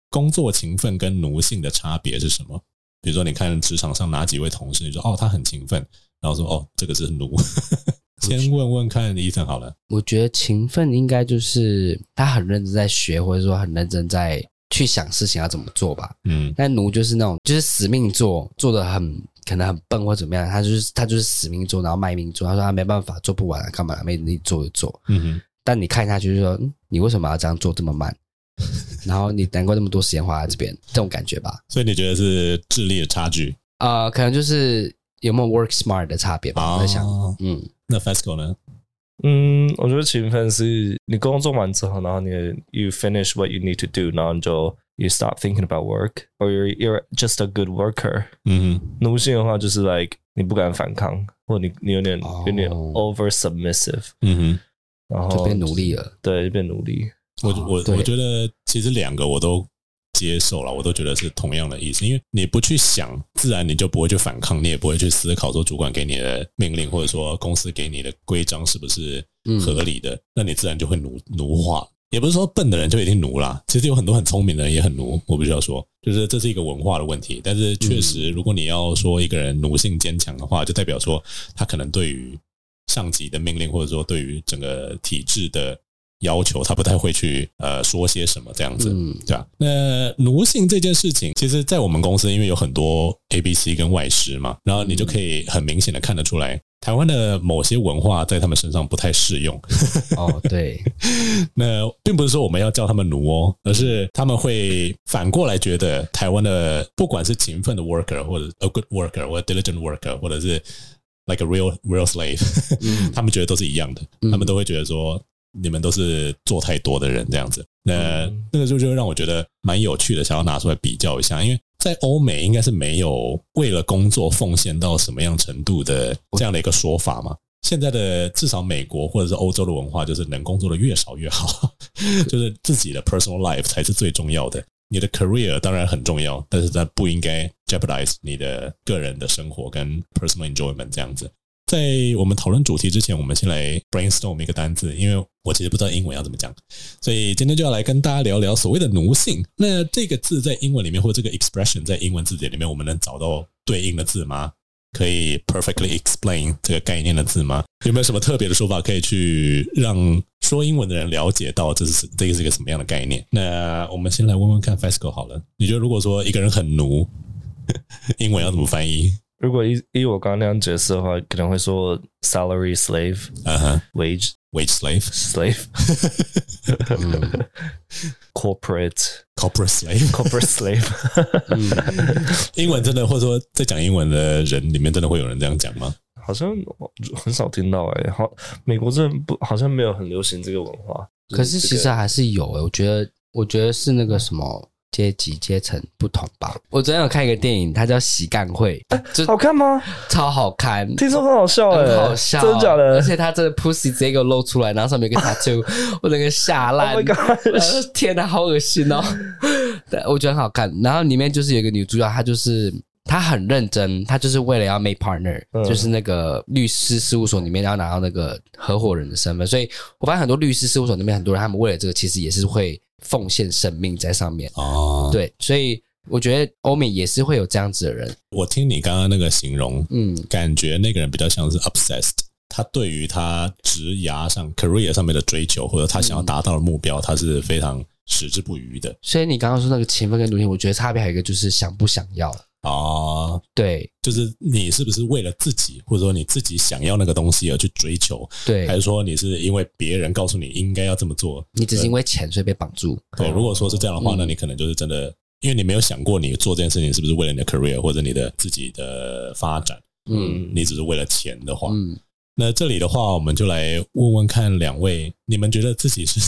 Speaker 1: 工作哦勤奋跟奴性的差别是什么？比如说，你看职场上哪几位同事，你说哦，他很勤奋，然后说哦，这个是奴。 先问问看医生好了。
Speaker 3: 我觉得勤奋应该就是他很认真在学，或者说很认真在去想事情要怎么做吧。
Speaker 1: 嗯，
Speaker 3: 但奴就是那种就是死命做，做的很可能很笨或怎么样，他就是他就是死命做，然后卖命做。他说他没办法做不完啊，干嘛啊没力做就做。
Speaker 1: 嗯哼，
Speaker 3: 但你看下去就说，嗯，你为什么要这样做这么慢？ 然后你难怪那么多时间花在这边，这种感觉吧。
Speaker 1: 所以你觉得是智力的差距？
Speaker 3: 呃，可能就是有没有 work smart 的差别吧。我在想，
Speaker 1: 哦
Speaker 3: 嗯，
Speaker 1: 那 FESCO 呢？
Speaker 2: 嗯，我觉得勤奋是你工作完之后，然后你 you finish what you need to do，然后你就 you stop thinking about work or you're you're just a good worker。
Speaker 1: 嗯哼，
Speaker 2: 奴性的话就是 like 你不敢反抗，或你你有点
Speaker 3: 哦
Speaker 2: 有点 over submissive，
Speaker 1: 嗯
Speaker 2: 然后
Speaker 3: 就变努力了。
Speaker 2: 对，就变奴隶。
Speaker 1: 哼，我
Speaker 3: 哦
Speaker 1: 我
Speaker 3: 对
Speaker 1: 我觉得其实两个我都接受了，我都觉得是同样的意思，因为你不去想，自然你就不会去反抗，你也不会去思考说主管给你的命令或者说公司给你的规章是不是
Speaker 3: 嗯
Speaker 1: 合理的，那你自然就会奴奴化。也不是说笨的人就一定奴啦，其实有很多很聪明的人也很奴。我必须要说，就是这是一个文化的问题。但是确实，如果你要说一个人奴性坚强的话，就代表说他可能对于上级的命令，或者说对于整个体制的要求，他不太会去呃说些什么这样子。
Speaker 3: 嗯
Speaker 1: 对啊，那奴性这件事情，其实，在我们公司，因为有很多 A、B、C 跟外师嘛，然后你就可以很明显的看得出来，台湾的某些文化在他们身上不太适用。
Speaker 3: 哦，对，
Speaker 1: 那并不是说我们要叫他们奴哦，而是他们会反过来觉得台湾的不管是勤奋的 worker 或者 a good worker 或者 diligent worker 或者是 like a real real slave，、他 们觉得都是一样的，
Speaker 3: 嗯
Speaker 1: 他们都会觉得说你们都是做太多的人这样子。那那个就就让我觉得蛮有趣的，想要拿出来比较一下，因为在欧美应该是没有为了工作奉献到什么样程度的这样的一个说法嘛。现在的至少美国或者是欧洲的文化，就是能工作的越少越好， 就是自己的 personal life 才是最重要的。你的 career 当然很重要，但是它不应该 jeopardize 你的个人的生活跟 personal enjoyment 这样子。在我们讨论主题之前，我们先来 brainstorm 一个单字，因为我其实不知道英文要怎么讲，所以今天就要来跟大家聊聊所谓的奴性。那这个字在英文里面，或这个 expression 在英文字典里面，我们能找到对应的字吗？可以 perfectly explain 这个概念的字吗？有没有什么特别的说法可以去让说英文的人了解到这是这个是一个什么样的概念？那我们先来问问看 FESCO 好了，你觉得如果说一个人很奴，英文要怎么翻译？
Speaker 2: 如果依依我刚刚那样解释的话，可能会说 salary slave、
Speaker 1: 嗯哼
Speaker 2: wage
Speaker 1: ，wage slave。
Speaker 2: slave、corporate
Speaker 1: Corporate slave，
Speaker 2: corporate slave，
Speaker 3: 嗯
Speaker 1: 英文真的或者说在讲英文的人里面，真的会有人这样讲吗？
Speaker 2: 好像我很少听到哎、好，美国这不好像没有很流行这个文化。
Speaker 3: 可是
Speaker 2: 这
Speaker 3: 其
Speaker 2: 个
Speaker 3: 实还是有诶、我觉得，我觉得是那个什么阶级阶层不同吧。我昨天有看一个电影，它叫《喜干会》， 就
Speaker 2: 啊好看吗？
Speaker 3: 超好看，
Speaker 2: 听说很好笑哎、
Speaker 3: 很好笑，啊
Speaker 2: 真的假的
Speaker 3: 而且他这个 pussy 直接给我露出来，然后上面有个 tattoo，我整个吓烂。
Speaker 2: Oh my god
Speaker 3: 我说呃天哪，好恶心 哦！对，我觉得很好看。然后里面就是有一个女主角，她就是。她很认真，她就是为了要 make partner，、
Speaker 2: 嗯
Speaker 3: 就是那个律师事务所里面要拿到那个合伙人的身份，所以我发现很多律师事务所里面很多人，他们为了这个其实也是会奉献生命在上面。
Speaker 1: 哦，
Speaker 3: 对，所以我觉得欧美也是会有这样子的人。
Speaker 1: 我听你刚刚那个形容，
Speaker 3: 嗯，
Speaker 1: 感觉那个人比较像是 obsessed，他对于他职涯上、career 上面的追求，或者他想要达到的目标，他是非常矢志不渝的
Speaker 3: 所以你刚刚说那个勤奋跟奴性，我觉得差别还有一个就是想不想要。
Speaker 1: 哦，
Speaker 3: 对
Speaker 1: 就是你是不是为了自己，或者说你自己想要那个东西而去追求，还
Speaker 3: 对，
Speaker 1: 是说你是因为别人告诉你应该要这么做？
Speaker 3: 你只是因为钱所以被绑住。
Speaker 1: 对，如果说是这样的话，
Speaker 3: 嗯
Speaker 1: 那你可能就是真的，因为你没有想过你做这件事情是不是为了你的 career 或者你的自己的发展，
Speaker 3: 嗯
Speaker 1: 你只是为了钱的话，
Speaker 3: 嗯，
Speaker 1: 那这里的话，我们就来问问看两位，你们觉得自己是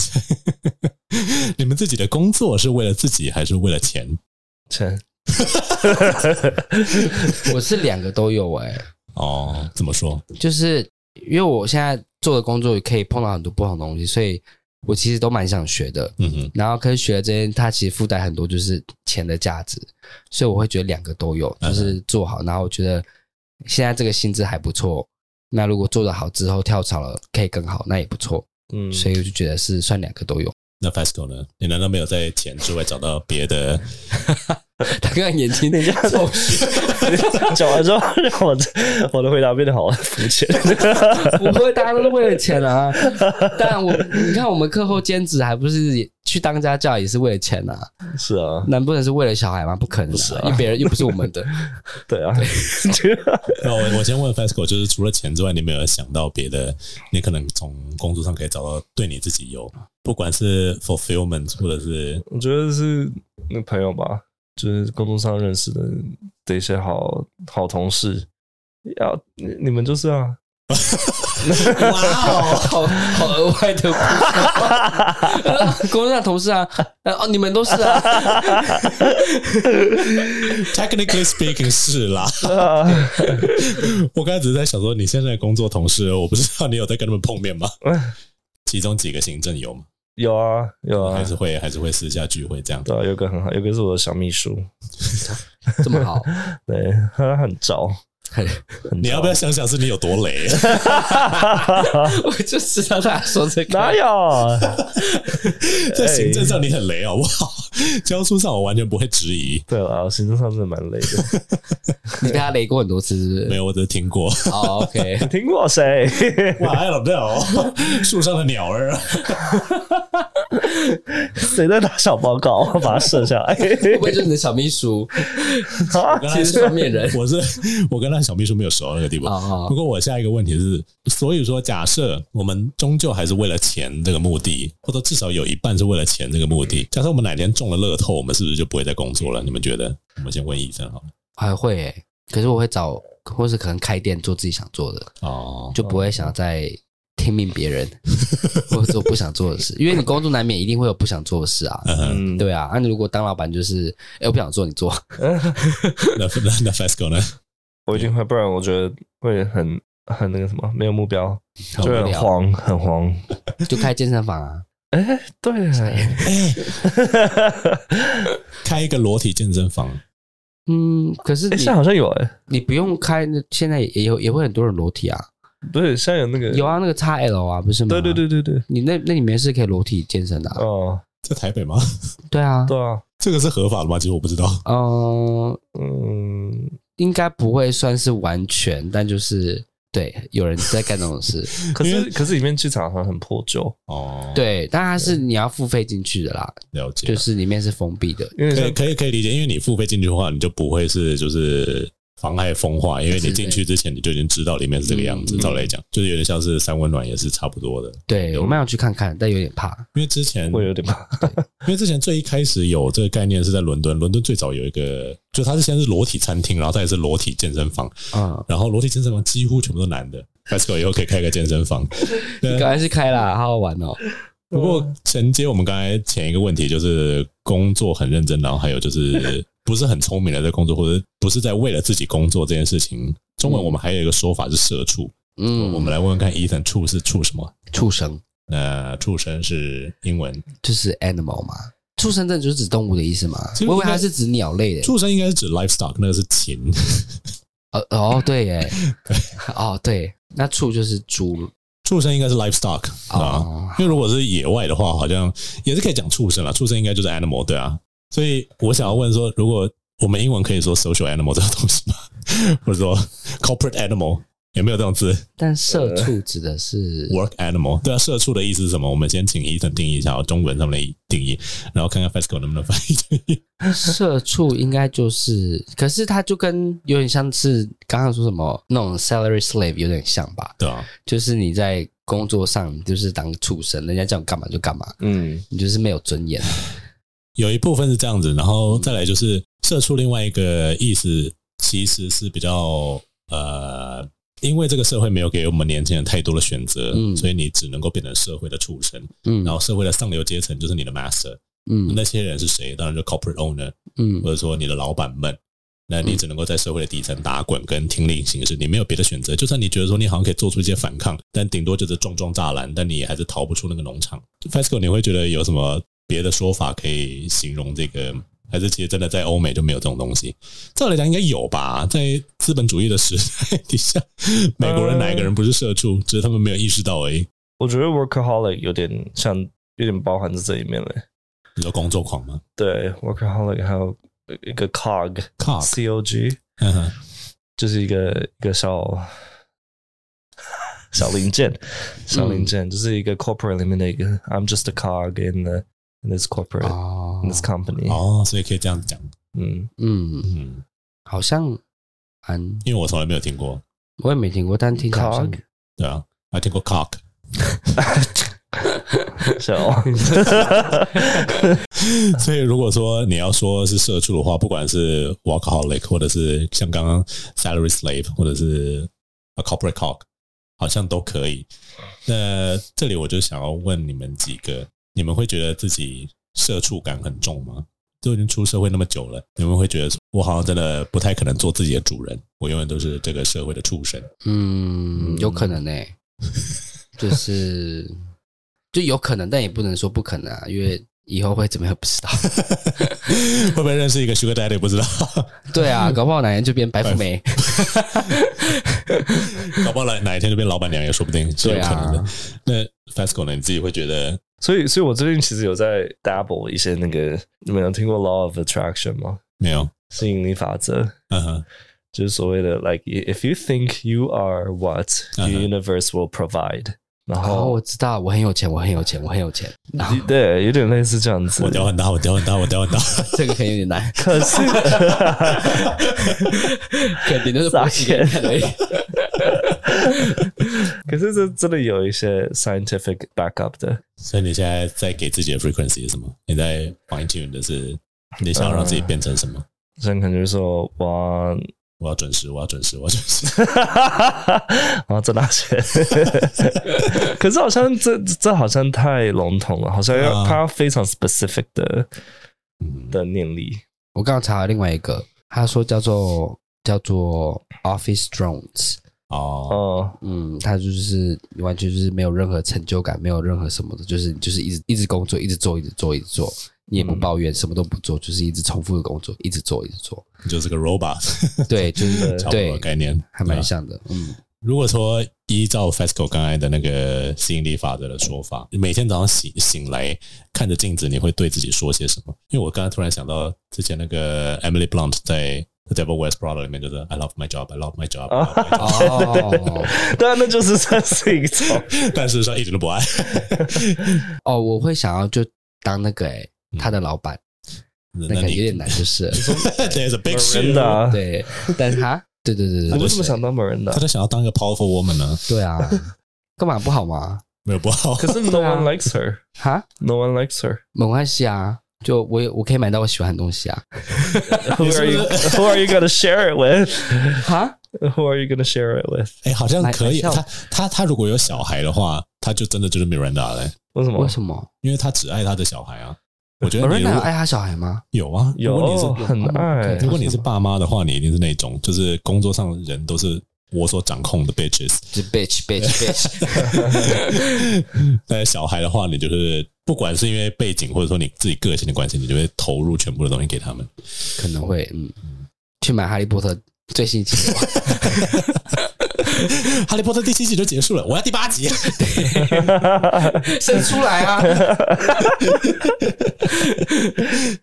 Speaker 1: 你们自己的工作是为了自己还是为了钱？
Speaker 2: 钱
Speaker 3: 我是两个都有哎、
Speaker 1: 哦，怎么说？
Speaker 3: 就是因为我现在做的工作也可以碰到很多不同的东西，所以我其实都蛮想学的。
Speaker 1: 嗯哼，
Speaker 3: 然后可是学了这些，它其实附带很多就是钱的价值，所以我会觉得两个都有，就是做好。然后我觉得现在这个薪资还不错，那如果做得好之后跳槽了可以更好，那也不错。
Speaker 2: 嗯，
Speaker 3: 所以我就觉得是算两个都有。
Speaker 1: 那 FESCO 呢？你难道没有在钱之外找到别的？
Speaker 3: 他刚刚眼睛那下抽血，
Speaker 2: 讲完之后，让我的我的回答变得好肤浅。
Speaker 3: 不会，大家都是为了钱啊。但我你看，我们课后兼职还不是也去当家教也是为了钱啊？
Speaker 2: 是 啊，
Speaker 3: 难不成是为了小孩吗？不可能、啊，因为别人又不是我们的。
Speaker 2: 对啊，
Speaker 1: 那我我先问 FESCO，就是除了钱之外，你有没有想到别的？你可能从工作上可以找到对你自己有，不管是 fulfillment 或者是
Speaker 2: 我觉得是那朋友吧，就是工作上认识的的一些好好同事。要你你们就是啊，
Speaker 3: 哇哦，好好额外的故事。 工作上同事啊，呃哦，你们都是啊，
Speaker 1: technically speaking 是啦。
Speaker 2: 对 啊，
Speaker 1: 我刚才只是在想说，你现在的工作同事，我不知道你有在跟他们碰面吗？其中几个行政有吗？
Speaker 2: 有啊，有
Speaker 3: 哦
Speaker 2: 啊
Speaker 1: 还，是会还是会私下聚会这样。
Speaker 2: 对啊，有个很好，有个是我的小秘书，
Speaker 3: 这么好，
Speaker 2: 对他很招，
Speaker 1: 你要不要想想是你有多雷？啊
Speaker 3: 我就知道他说这个。
Speaker 2: 哪有？
Speaker 3: 哎
Speaker 1: 在行政上你很雷好不好？教书上我完全不会质疑，
Speaker 2: 对啊，我行政上真的蛮累 的。
Speaker 3: 你被他雷过很多次是不是
Speaker 1: 没有，我只是听 过。
Speaker 3: 哦，OK，
Speaker 2: 你听过 谁？
Speaker 1: 哇，I don't know，树 上的鸟儿。
Speaker 2: 谁在打小报告？我把它射下来。
Speaker 3: 会不会就是你的小秘书？
Speaker 2: 啊
Speaker 1: 我
Speaker 3: 其实双面人
Speaker 1: 我是我跟那小秘书没有熟那个地
Speaker 3: 啊
Speaker 1: 方。
Speaker 3: 啊
Speaker 1: 不，过我下一个问题是，所以说假设我们终究还是为了钱这个目的，或者至少有一半是为了钱这个目的。假设我们哪天中了乐透，我们是不是就不会再工作了？你们觉得？我们先问医生好了。
Speaker 3: 还会诶，可是我会找，或是可能开店做自己想做的，
Speaker 1: 哦，
Speaker 3: 就不会想要再听命别人， 或者做不想做的事，因为你工作难免一定会有不想做的事啊。
Speaker 1: 嗯，
Speaker 2: 嗯，
Speaker 3: 对啊，那、你如果当老板就是，哎、我不想做，你做，
Speaker 1: 那那那 FESCO 呢？
Speaker 2: 我一定会，不然我觉得会很很那个什么，没有目标，
Speaker 3: 好
Speaker 2: 就
Speaker 3: 无
Speaker 2: 很
Speaker 3: 聊，
Speaker 2: 慌，很慌。
Speaker 3: 就开健身房啊，
Speaker 2: 哎，对，
Speaker 1: 开一个裸体健身房，
Speaker 3: 嗯，可是
Speaker 2: 哎，
Speaker 3: 你
Speaker 2: 现在好像有哎，
Speaker 3: 你不用开，那现在也有也会很多人裸体啊，
Speaker 2: 不是现在有那个
Speaker 3: 有，啊，那个 XL 啊，不是吗？
Speaker 2: 对对，对对对，
Speaker 3: 你那那里面是可以裸体健身的、啊，
Speaker 2: 哦，
Speaker 1: 在台北吗？
Speaker 3: 对啊，
Speaker 2: 对啊，
Speaker 1: 这个是合法的吗？其实我不知道。
Speaker 3: 嗯、
Speaker 2: 嗯，
Speaker 3: 应该不会算是完全，但就是对，有人在干这种事，
Speaker 2: 可
Speaker 1: 因
Speaker 2: 是
Speaker 1: 为
Speaker 2: 可是里面剧场好像很破旧，
Speaker 1: 哦，，
Speaker 3: 对，但它是你要付费进去的啦，
Speaker 1: 了解。
Speaker 2: 啊
Speaker 3: 就是里面是封闭的，
Speaker 2: 因为
Speaker 1: 可以
Speaker 2: 像
Speaker 1: 可以可以理解，因为你付费进去的话，你就不会是就是妨碍风化，因为你进去之前你就已经知道里面是这个样子。
Speaker 3: 嗯
Speaker 1: 照理来讲，就是有点像是三温暖也是差不多的。
Speaker 3: 对我蛮想去看看，但有点怕，
Speaker 1: 因为之前
Speaker 2: 我有点怕，
Speaker 1: 因为之前最一开始有这个概念是在伦敦，伦敦最早有一个，就它是先是裸体餐厅，然后再是裸体健身房，
Speaker 3: 嗯，
Speaker 1: 然后裸体健身房几乎全部都男的。FESCO 以后可以开个健身房，对
Speaker 2: 啊
Speaker 3: 赶快去开啦，好好玩哦，
Speaker 1: 不过承接我们刚才前一个问题，就是工作很认真，然后还有就是 不是很聪明的在工作，或者不是在为了自己工作这件事情。中文我们还有一个说法是社畜，
Speaker 3: 嗯，
Speaker 1: 我们来问问看，Ethan 畜是畜什么？
Speaker 3: 畜生
Speaker 1: 那畜生是英文，
Speaker 3: 就是 animal 嘛，畜生证就是指动物的意思嘛
Speaker 1: 其，实
Speaker 3: 我以为
Speaker 1: 应该
Speaker 3: 它是指鸟类的，
Speaker 1: 畜生应该是指 livestock，那个是禽。
Speaker 3: 呃哦 对耶，哦对，那畜就是猪
Speaker 1: 畜生应该是 livestock 啊，
Speaker 3: 哦，
Speaker 1: 因为如果是野外的话，好像也是可以讲畜生啦。畜生应该就是 animal，对啊。所以我想要问说，如果我们英文可以说 social animal 这个东西吗？ 或者说 corporate animal 有没有这种字？
Speaker 3: 但社畜指的是
Speaker 1: work animal。对啊，社畜的意思是什么？我们先请 Ethan 定义一下哦中文上面的定义，然后看看 FESCO 能不能翻译。
Speaker 3: 社畜应该就是，可是它就跟有点像是刚刚说什么那种 salary slave 有点像吧，
Speaker 1: 对啊，
Speaker 3: 就是你在工作上你就是当畜生，人家叫你干嘛就干嘛，
Speaker 2: 嗯，
Speaker 3: 你就是没有尊严。
Speaker 1: 有一部分是这样子，然后再来就是社畜另外一个意思其实是比较呃。因为这个社会没有给我们年轻人太多的选择，
Speaker 3: 嗯
Speaker 1: 所以你只能够变成社会的畜生。
Speaker 3: 嗯
Speaker 1: 然后社会的上流阶层就是你的 master，、
Speaker 3: 嗯
Speaker 1: 那些人是谁？当然就 corporate owner，
Speaker 3: 嗯
Speaker 1: 或者说你的老板们，那你只能够在社会的底层打滚跟听令行事，你没有别的选择。就算你觉得说你好像可以做出一些反抗，但顶多就是撞撞栅栏，但你也还是逃不出那个农场。FESCO，你会觉得有什么别的说法可以形容这个？还是其实真的在欧美就没有这种东西？照理讲应该有吧，在资本主义的时代底下，美国人哪一个人不是社畜？只是他们没有意识到而已。
Speaker 2: 我觉得 workaholic 有点像，有点包含在这里面嘞。
Speaker 1: 你说工作狂吗
Speaker 2: 对，workaholic 还有一个 cog
Speaker 1: ？Cock，
Speaker 2: c o g，
Speaker 1: 嗯哼
Speaker 2: 就是一个一个小小零件，小零件、就是一个 corporate 里面的一个，I'm just a cog in the in this corporate、
Speaker 3: 哦
Speaker 2: in this company，、
Speaker 1: 哦，所以可以这样讲，
Speaker 2: 嗯，
Speaker 3: 嗯，
Speaker 1: 嗯，
Speaker 3: 好像嗯
Speaker 1: 因为我从来没有听过，
Speaker 3: 我也没听过，但听起来好像
Speaker 2: Cog
Speaker 1: 对啊，还听过 cock，
Speaker 2: 小
Speaker 3: 嗯
Speaker 1: 所以，如果说你要说是社畜的话，不管是 workaholic，或者是像刚刚 salary slave，或者是 a corporate cock，好像都可以。那这里我就想要问你们几个，你们会觉得自己社畜感很重吗？都已经出社会那么久了，你们会觉得说我好像真的不太可能做自己的主人，我永远都是这个社会的畜 生。
Speaker 3: 嗯有可能呢、 就是就有可能，但也不能说不可能啊，因为以后会怎么样不知 道。
Speaker 1: 会不会认识一个 sugar daddy 不知道？
Speaker 3: 对啊，搞不好哪天就变白富美。
Speaker 1: 搞不好来哪一天就变老板娘也说不定，是有
Speaker 3: 对
Speaker 1: 可能的
Speaker 3: 啊。，
Speaker 1: 那 Fasco 呢？你自己会觉得
Speaker 2: 所以，所以我最近其实有在 dabble 一些那个，你们有听过 law of attraction 吗？
Speaker 1: 没有？
Speaker 2: 吸引力法则，
Speaker 1: 嗯哼，
Speaker 2: 就是所谓的 like if you think you are what the
Speaker 1: 嗯哼
Speaker 2: universe will provide，、然
Speaker 3: 哦，
Speaker 2: 后
Speaker 3: 我知道，我很有钱，我很有钱，我很有钱。然后
Speaker 2: 对，有点类似这样子
Speaker 1: 我。屌很大，我屌很大，我屌很大。
Speaker 3: 这个可能有点难，
Speaker 2: 可是，
Speaker 3: 肯定就是博起看而已。
Speaker 2: 可是这真的有一些 scientific backup 的，
Speaker 1: 所以你现在在给自己的 frequency 是什么？你在 fine tune 的是你想要让自己变成什
Speaker 3: 嗯
Speaker 1: 么？
Speaker 2: 像可能就是说哇，
Speaker 1: 我要准时，我要准时，我要准时。
Speaker 2: 我要挣大钱。 可是好像这这好像太笼统了，好像要
Speaker 1: 啊
Speaker 2: 它要非常 specific 的
Speaker 1: 嗯，
Speaker 2: 的念力。
Speaker 3: 我刚刚查了另外一个，他说叫做叫做 Office Drones，
Speaker 1: 哦，
Speaker 2: 哦，
Speaker 3: 嗯，他就是完全就是没有任何成就感，没有任何什么的，就是就是一直一直工作，一直做，一直做，一直做，你也不
Speaker 1: 嗯
Speaker 3: 抱怨，什么都不做，就是一直重复的工作，一直做，一直 做。
Speaker 1: 你就是个 robot，
Speaker 3: 对，就是
Speaker 1: 差不多的
Speaker 3: 对，
Speaker 1: 概念，
Speaker 3: 还
Speaker 1: 对啊
Speaker 3: 蛮
Speaker 1: 吧
Speaker 3: 像的。 嗯，
Speaker 1: 如果说依照 Fasco 刚才的那个吸引力法则的说法，每天早上醒醒来看着镜子，你会对自己说些什么？因为我刚才突然想到之前那个 Emily Blunt 在《The Devil Wears Prada》里面就是 “I love my job, I love my job”，, I love my job
Speaker 3: 哦
Speaker 2: 当然那就是算是一种，
Speaker 1: 但事实上一点都不爱。
Speaker 3: 哦，我会想要就当那个诶、他的老板，那
Speaker 1: 嗯那
Speaker 3: 个有
Speaker 1: 你
Speaker 3: 点难，就是了
Speaker 1: There's a big
Speaker 2: 真
Speaker 1: shift
Speaker 2: 的。啊。
Speaker 3: 对，但 他对对对对
Speaker 2: 我
Speaker 3: 对
Speaker 2: 为什么想当 Miranda？
Speaker 1: 他在想要当一个 powerful woman 呢，
Speaker 3: 对啊，干嘛不好吗？
Speaker 1: 没有不好。
Speaker 2: 可是 No one likes her.
Speaker 3: 哈，
Speaker 2: No one likes her.
Speaker 3: 没关系啊，就我也我可以买到我喜欢的 东西啊。
Speaker 2: Who are you? Who are you gonna share it with?
Speaker 3: 哈，
Speaker 2: Who are you gonna share it with?
Speaker 1: 哎，好像
Speaker 3: 来
Speaker 1: 可以。
Speaker 3: 来笑
Speaker 1: 他他他如果有小孩的话，他就真的就是 Miranda 嘞，
Speaker 2: 为什么
Speaker 3: 为？什么？
Speaker 1: 因为他只爱他的小孩啊。我觉得
Speaker 3: 我
Speaker 1: 你如
Speaker 3: 认
Speaker 1: 果
Speaker 3: 爱他小孩吗？
Speaker 1: 有啊，如果你是
Speaker 2: 有很爱
Speaker 1: 如果你是爸妈的话，你一定是那种就是工作上的人都是我所掌控的 bitches，
Speaker 3: 就 bitch bitch bitch，
Speaker 1: 但是小孩的话，你就是不管是因为背景或者说你自己个性的关系，你就会投入全部的东西给他们。
Speaker 3: 可能会嗯，去买《哈利波特》最新一期的话，
Speaker 1: 哈利波特第七集就结束了，我要第八集。
Speaker 3: 生出来啊！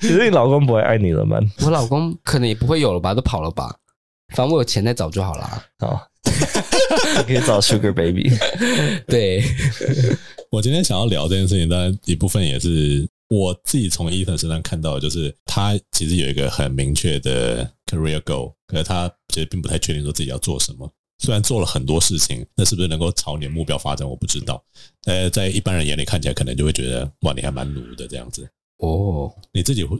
Speaker 2: 其实你老公不会爱你了 吗？
Speaker 3: 我老公可能也不会有了吧，都跑了吧。反正我有钱再找就好啊啦。
Speaker 2: 好，你可以找 Sugar Baby。
Speaker 3: 对，
Speaker 1: 我今天想要聊这件事情，当然一部分也是我自己从伊藤身上看到的，就是他其实有一个很明确的 career goal，可是他其实并不太确定说自己要做什么。虽然做了很多事情，那是不是能够朝你的目标发展，我不知道。呃，在一般人眼里看起来，可能就会觉得哇，你还蛮努的这样子。
Speaker 3: 哦，
Speaker 1: 你自己会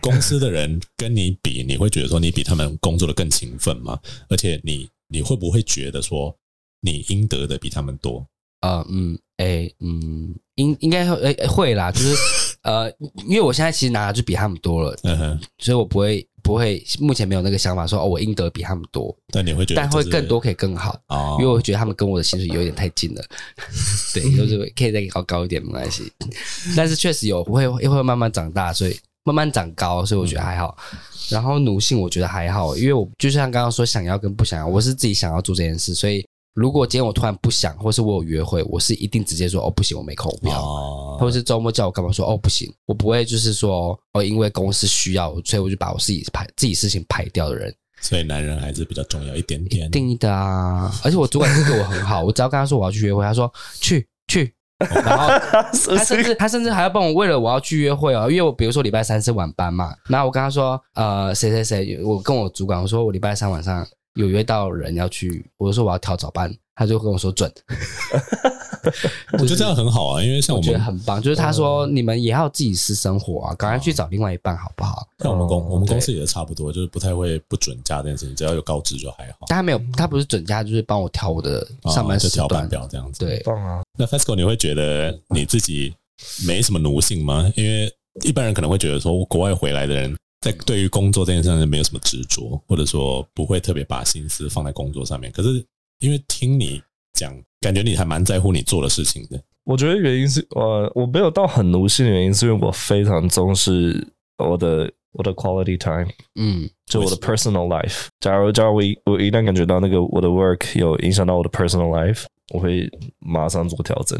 Speaker 1: 公司的人跟你比，你会觉得说你比他们工作的更勤奋吗？而且你你会不会觉得说你应得的比他们多？
Speaker 3: 呃，嗯，哎、嗯，应应该会、诶会啦，就是呃，因为我现在其实拿的就比他们多了，
Speaker 1: 嗯哼，
Speaker 3: 所以我不会不会，目前没有那个想法说哦，我应得比他们多，
Speaker 1: 但你会觉得
Speaker 3: 但会
Speaker 1: 这是
Speaker 3: 更多可以更好，
Speaker 1: 哦
Speaker 3: 因为我觉得他们跟我的薪水有点太近了， 对，就是可以再高高一点没关 系，但是确实有会会慢慢长大，所以慢慢长高，所以我觉得还好。然后奴性我觉得还好，因为我就像刚刚说想要跟不想要，我是自己想要做这件事，所以如果今天我突然不想，或是我有约会，我是一定直接说哦不行，我没空，我不要。
Speaker 1: 哦
Speaker 3: 或者是周末叫我干嘛说哦不行，我不会就是说哦，因为公司需要，所以我就把我自己排自己事情排掉的人，
Speaker 1: 所以男人还是比较重要一点点。
Speaker 3: 定义的啊。而且我主管是对我很好，我只要跟他说我要去约会，他说去去，然后
Speaker 2: 是不
Speaker 3: 他甚
Speaker 2: 是
Speaker 3: 至他甚至还要帮我为了我要去约会哦，因为我比如说礼拜三是晚班嘛，那我跟他说呃谁谁谁，我跟我主管我说我礼拜三晚上有约到人要去，我说我要调早班，他就跟我说准，
Speaker 1: 我觉得这样很好啊，因为像
Speaker 3: 我
Speaker 1: 我
Speaker 3: 觉
Speaker 1: 们
Speaker 3: 得很棒，就是他说你们也要有自己私生活啊，赶快去找另外一半好不好？
Speaker 1: 像我们公
Speaker 2: 哦
Speaker 1: 我们公司也差不多，就是不太会不准假这件事情，只要有告知就还好。
Speaker 3: 但他没有，他不是准假，就是帮我调我的
Speaker 1: 啊
Speaker 3: 上班
Speaker 1: 就
Speaker 3: 时
Speaker 1: 调
Speaker 3: 段
Speaker 1: 班。表这样子。
Speaker 3: 对，
Speaker 2: 棒啊！
Speaker 1: 那 FESCO 你会觉得你自己没什么奴性吗？因为一般人可能会觉得说，国外回来的人在对于工作这件事上没有什么执着，或者说不会特别把心思放在工作上面。可是因为听你讲，感觉你还蛮在乎你做的事情的。
Speaker 2: 我觉得原因是，呃，我没有到很奴性的原因，是因为我非常重视我的我的 quality time，
Speaker 3: 嗯，
Speaker 2: 就我的 personal life。假如假如我一我一旦感觉到那个我的 work 有影响到我的 personal life，我会马上做调整。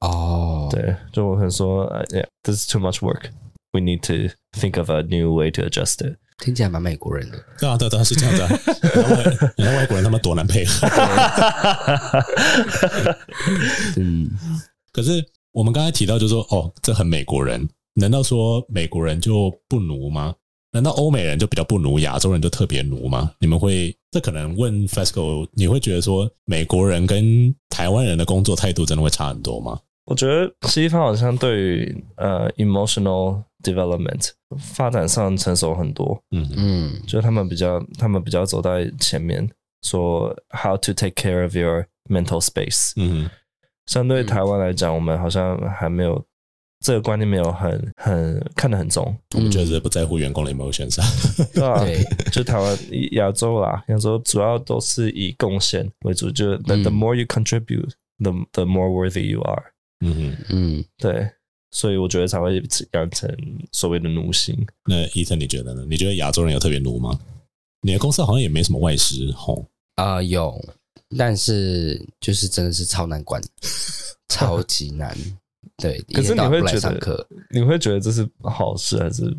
Speaker 3: 哦，，
Speaker 2: 对，就我可能说呃，yeah, this is too much work. We need to think of a new way to adjust it.
Speaker 3: 听起来蛮美国人的。
Speaker 1: 对啊，对啊，对啊，是这样的、啊。然后外然后外国人他们多难配合。
Speaker 3: 嗯，
Speaker 1: 可是我们刚才提到，就是说，哦，这很美国人，难道说美国人就不奴吗？难道欧美人就比较不奴，亚洲人就特别奴吗？你们会这可能问 FESCO，你会觉得说美国人跟台湾人的工作态度真的会差很多吗？
Speaker 2: 我觉得西方好像对于呃 emotional development 发展上成熟很多，
Speaker 1: 嗯
Speaker 3: 嗯，
Speaker 2: 就是他们比较他们比较走在前面，说 how to take care of your mental space。
Speaker 1: 嗯
Speaker 2: 相对
Speaker 3: 嗯
Speaker 2: 台湾来讲，我们好像还没有这个观念，没有很很看得很重，
Speaker 1: 我们确实不在乎员工的啊 emotion 上。
Speaker 2: 对吧、
Speaker 3: 对，
Speaker 2: 就台湾亚洲啦，亚洲主要都是以贡献为主，就是 the, the
Speaker 3: 嗯
Speaker 2: more you contribute, the the more worthy you are。
Speaker 1: 嗯哼，
Speaker 3: 嗯，
Speaker 2: 对，所以我觉得才会养成所谓的奴性。
Speaker 1: 那伊森你觉得呢？你觉得亚洲人有特别奴吗？你的公司好像也没什么外师吼，
Speaker 3: 啊，有，但是就是真的是超难管，超级难。对，
Speaker 2: 可是
Speaker 3: 一天到晚
Speaker 2: 你会
Speaker 3: 不来
Speaker 2: 觉得
Speaker 3: 上课，
Speaker 2: 你会觉得这是好事 还是？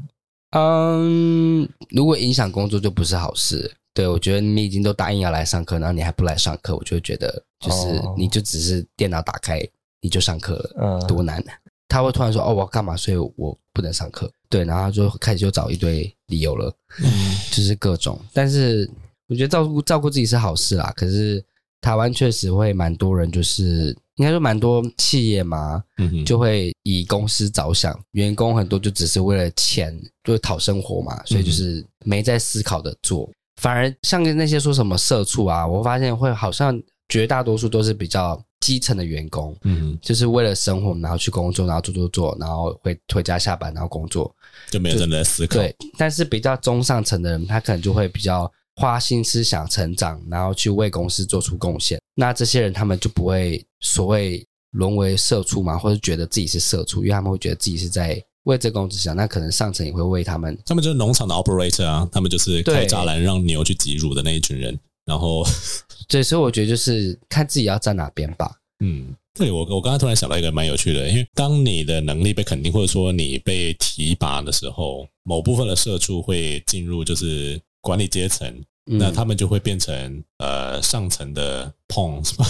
Speaker 3: 嗯，如果影响工作就不是好事。对，我觉得你已经都答应要来上课，然后你还不来上课，我就会觉得就是
Speaker 2: 哦
Speaker 3: 你就只是电脑打开你就上课了，
Speaker 2: 嗯，
Speaker 3: 多难。他会突然说：“哦，我要干嘛，所以我不能上课。”对，然后他就开始就找一堆理由了，
Speaker 2: 嗯
Speaker 3: 就是各种。但是我觉得照顾照顾自己是好事啦，可是台湾确实会蛮多人，就是应该说蛮多企业嘛，
Speaker 1: 嗯哼，
Speaker 3: 就会以公司着想，员工很多就只是为了钱，就是讨生活嘛，所以就是没在思考的做，反而像那些说什么社畜啊，我发现会好像绝大多数都是比较基层的员工，
Speaker 1: 嗯哼，
Speaker 3: 就是为了生活，然后去工作，然后做做做，然后回回家下班，然后工作，
Speaker 1: 就没有真的在思考。
Speaker 3: 对，但是比较中上层的人，他可能就会比较花心思想成长，然后去为公司做出贡献。那这些人他们就不会所谓沦为社畜嘛，或者觉得自己是社畜，因为他们会觉得自己是在为这公司想。那可能上层也会为他们，
Speaker 1: 他们就是农场的 operator 啊，他们就是开
Speaker 3: 对
Speaker 1: 栅栏让牛去挤乳的那一群人。然后，
Speaker 3: 对，所以我觉得就是看自己要站哪边吧。
Speaker 1: 嗯，对我我刚才突然想到一个蛮有趣的，因为当你的能力被肯定，或者说你被提拔的时候，某部分的社畜会进入就是管理阶层，
Speaker 3: 嗯、
Speaker 1: 那他们就会变成呃上层的 pawn 是吧？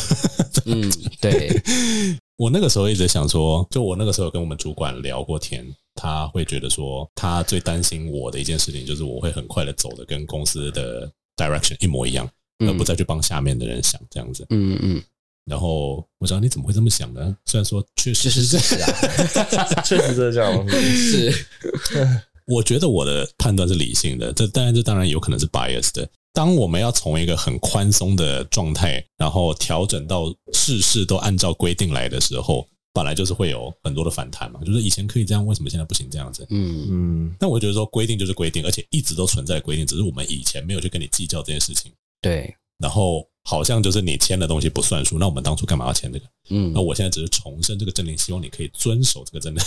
Speaker 3: 嗯， 对，
Speaker 1: 我那个时候一直想说，就我那个时候有跟我们主管聊过天，他会觉得说，他最担心我的一件事情就是我会很快的走的跟公司的 direction 一模一样，而
Speaker 3: 嗯
Speaker 1: 不再去帮下面的人想这样子。
Speaker 3: 嗯 嗯，
Speaker 1: 然后我想你怎么会这么想呢？虽然说确实
Speaker 3: 就是
Speaker 1: 这
Speaker 3: 事
Speaker 1: 样，
Speaker 3: 实啊，嗯
Speaker 2: 确实是这样。
Speaker 3: 是，
Speaker 1: 我觉得我的判断是理性的，这当然这当然有可能是 bias 的。当我们要从一个很宽松的状态，然后调整到事事都按照规定来的时候，本来就是会有很多的反弹嘛，就是以前可以这样，为什么现在不行这样子？
Speaker 3: 嗯
Speaker 2: 嗯，
Speaker 1: 但我觉得说规定就是规定，而且一直都存在规定，只是我们以前没有去跟你计较这件事情。
Speaker 3: 对，
Speaker 1: 然后好像就是你签的东西不算数，那我们当初干嘛要签这个？
Speaker 3: 嗯
Speaker 1: 那我现在只是重申这个政令，希望你可以遵守这个政令。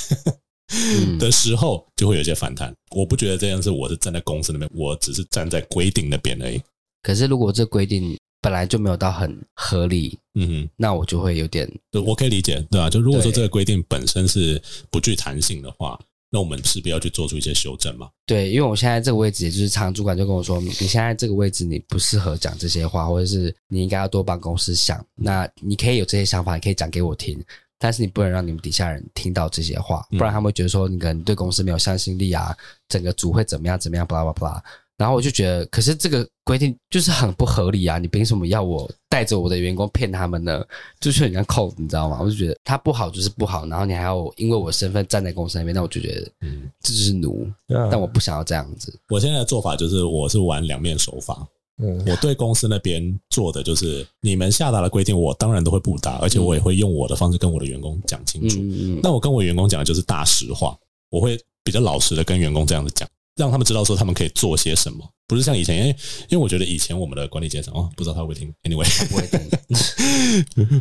Speaker 3: 嗯
Speaker 1: 的时候，就会有一些反弹。我不觉得这件事，我是站在公司那边，我只是站在规定那边而已。
Speaker 3: 可是如果这规定本来就没有到很合理，
Speaker 1: 嗯哼，
Speaker 3: 那我就会有点
Speaker 1: 对我可以理解，对啊吧、就如果说
Speaker 3: 对
Speaker 1: 这个规定本身是不具弹性的话，那我们势必要去做出一些修正嘛。
Speaker 3: 对，因为我现在这个位置，也就是常主管就跟我说，你现在这个位置你不适合讲这些话，或者是你应该要多帮公司想。那你可以有这些想法，你可以讲给我听，但是你不能让你们底下人听到这些话，
Speaker 1: 嗯
Speaker 3: 不然他们会觉得说你可能对公司没有向心力啊，整个组会怎么样怎么样，巴拉巴拉。然后我就觉得，可是这个规定就是很不合理啊！你凭什么要我带着我的员工骗他们呢？就是很像扣，你知道吗？我就觉得他不好就是不好，然后你还要因为我身份站在公司那边，那我就觉得
Speaker 1: 嗯，
Speaker 3: 这就是奴。但我不想要这样子。
Speaker 1: 我现在的做法就是，我是玩两面手法。
Speaker 2: 嗯
Speaker 1: 我对公司那边做的就是，你们下达的规定，我当然都会不达，而且
Speaker 3: 嗯
Speaker 1: 我也会用我的方式跟我的员工讲清楚。
Speaker 3: 嗯嗯
Speaker 1: 那我跟我员工讲的就是大实话，我会比较老实的跟员工这样子讲，让他们知道说他们可以做些什么，不是像以前，因为因为我觉得以前我们的管理阶层哦，不知道他会不会听，anyway，
Speaker 3: 不会听。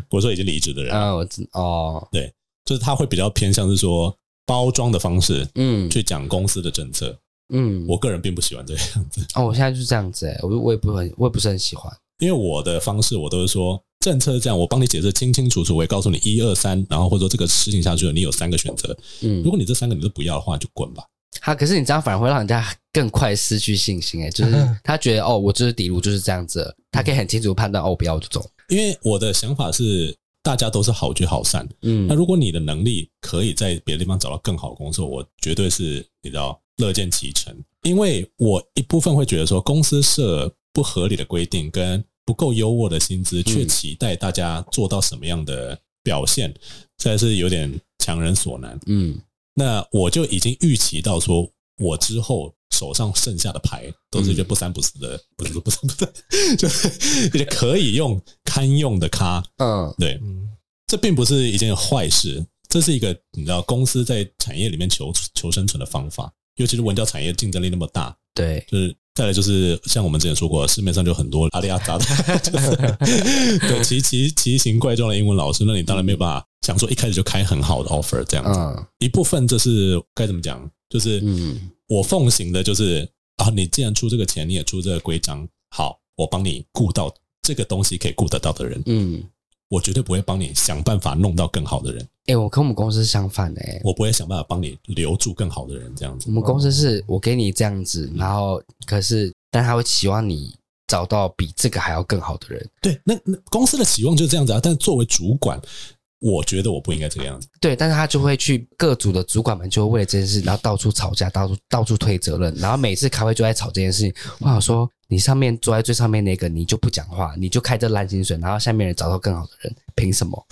Speaker 1: 我说已经离职的人，
Speaker 3: 嗯，我知哦，
Speaker 1: 就是他会比较偏向是说包装的方式
Speaker 3: 嗯
Speaker 1: 去讲公司的政策，
Speaker 3: 嗯，
Speaker 1: 我个人并不喜欢这样子，
Speaker 3: 哦，我现在就是这样子、欸，我我也不很，我也不是很喜欢。
Speaker 1: 因为我的方式我都是说政策是这样，我帮你解释清清楚楚，我也告诉你一二三，然后或者说这个事情下去了，你有三个选择，
Speaker 3: 嗯
Speaker 1: 如，果你这三个你都不要的话，就滚吧。
Speaker 3: 他可是你这样反而会让人家更快失去信心、欸，哎， 就是他觉得哦，我就是底路就是这样子了，他可以很清楚地判断，哦，我不要我就走。
Speaker 1: 因为我的想法是，大家都是好聚好散。
Speaker 3: 嗯
Speaker 1: 那，如果你的能力可以在别的地方找到更好的工作，我绝对是你知道乐见其成。因为我一部分会觉得说，公司设不合理的规定跟不够优渥的薪资，却期待大家做到什么样的表现，实在是有点强人所难。
Speaker 3: 嗯
Speaker 1: 那我就已经预期到说，我之后手上剩下的牌都是一些不三不四的，不是不是不是， 就是一些可以用堪用的咖。
Speaker 3: 嗯
Speaker 1: 对，
Speaker 2: 嗯
Speaker 1: 这并不是一件坏事，这是一个你知道公司在产业里面求求生存的方法。尤其是文教产业竞争力那么大，
Speaker 3: 对，
Speaker 1: 就是再来就是像我们之前说过，市面上就很多阿里阿杂的， 就是对奇奇奇形怪状的英文老师，那你当然没有办法想说一开始就开很好的 offer 这样子。
Speaker 3: 嗯
Speaker 1: 一部分这是该怎么讲，就是
Speaker 3: 嗯
Speaker 1: 我奉行的就是啊，你既然出这个钱，你也出这个规章，好，我帮你雇到这个东西可以雇得到的人，
Speaker 3: 嗯，
Speaker 1: 我绝对不会帮你想办法弄到更好的人，
Speaker 3: 哎、我跟我们公司相反哎、
Speaker 1: 我不会想办法帮你留住更好的人，这样
Speaker 3: 我
Speaker 1: 子。
Speaker 3: 们公司是我给你这样子，然后可是但他会期望你找到比这个还要更好的人。
Speaker 1: 对，那那公司的期望就是这样子啊，但作为主管，我觉得我不应该这个样子。
Speaker 3: 对，但是他就会去各组的主管们就会为了这件事，然后到处吵架，到处到处推责任，然后每次开会就在吵这件事情。我想说，你上面坐在最上面那个，你就不讲话，你就开这烂薪水，然后下面人找到更好的人，凭什么？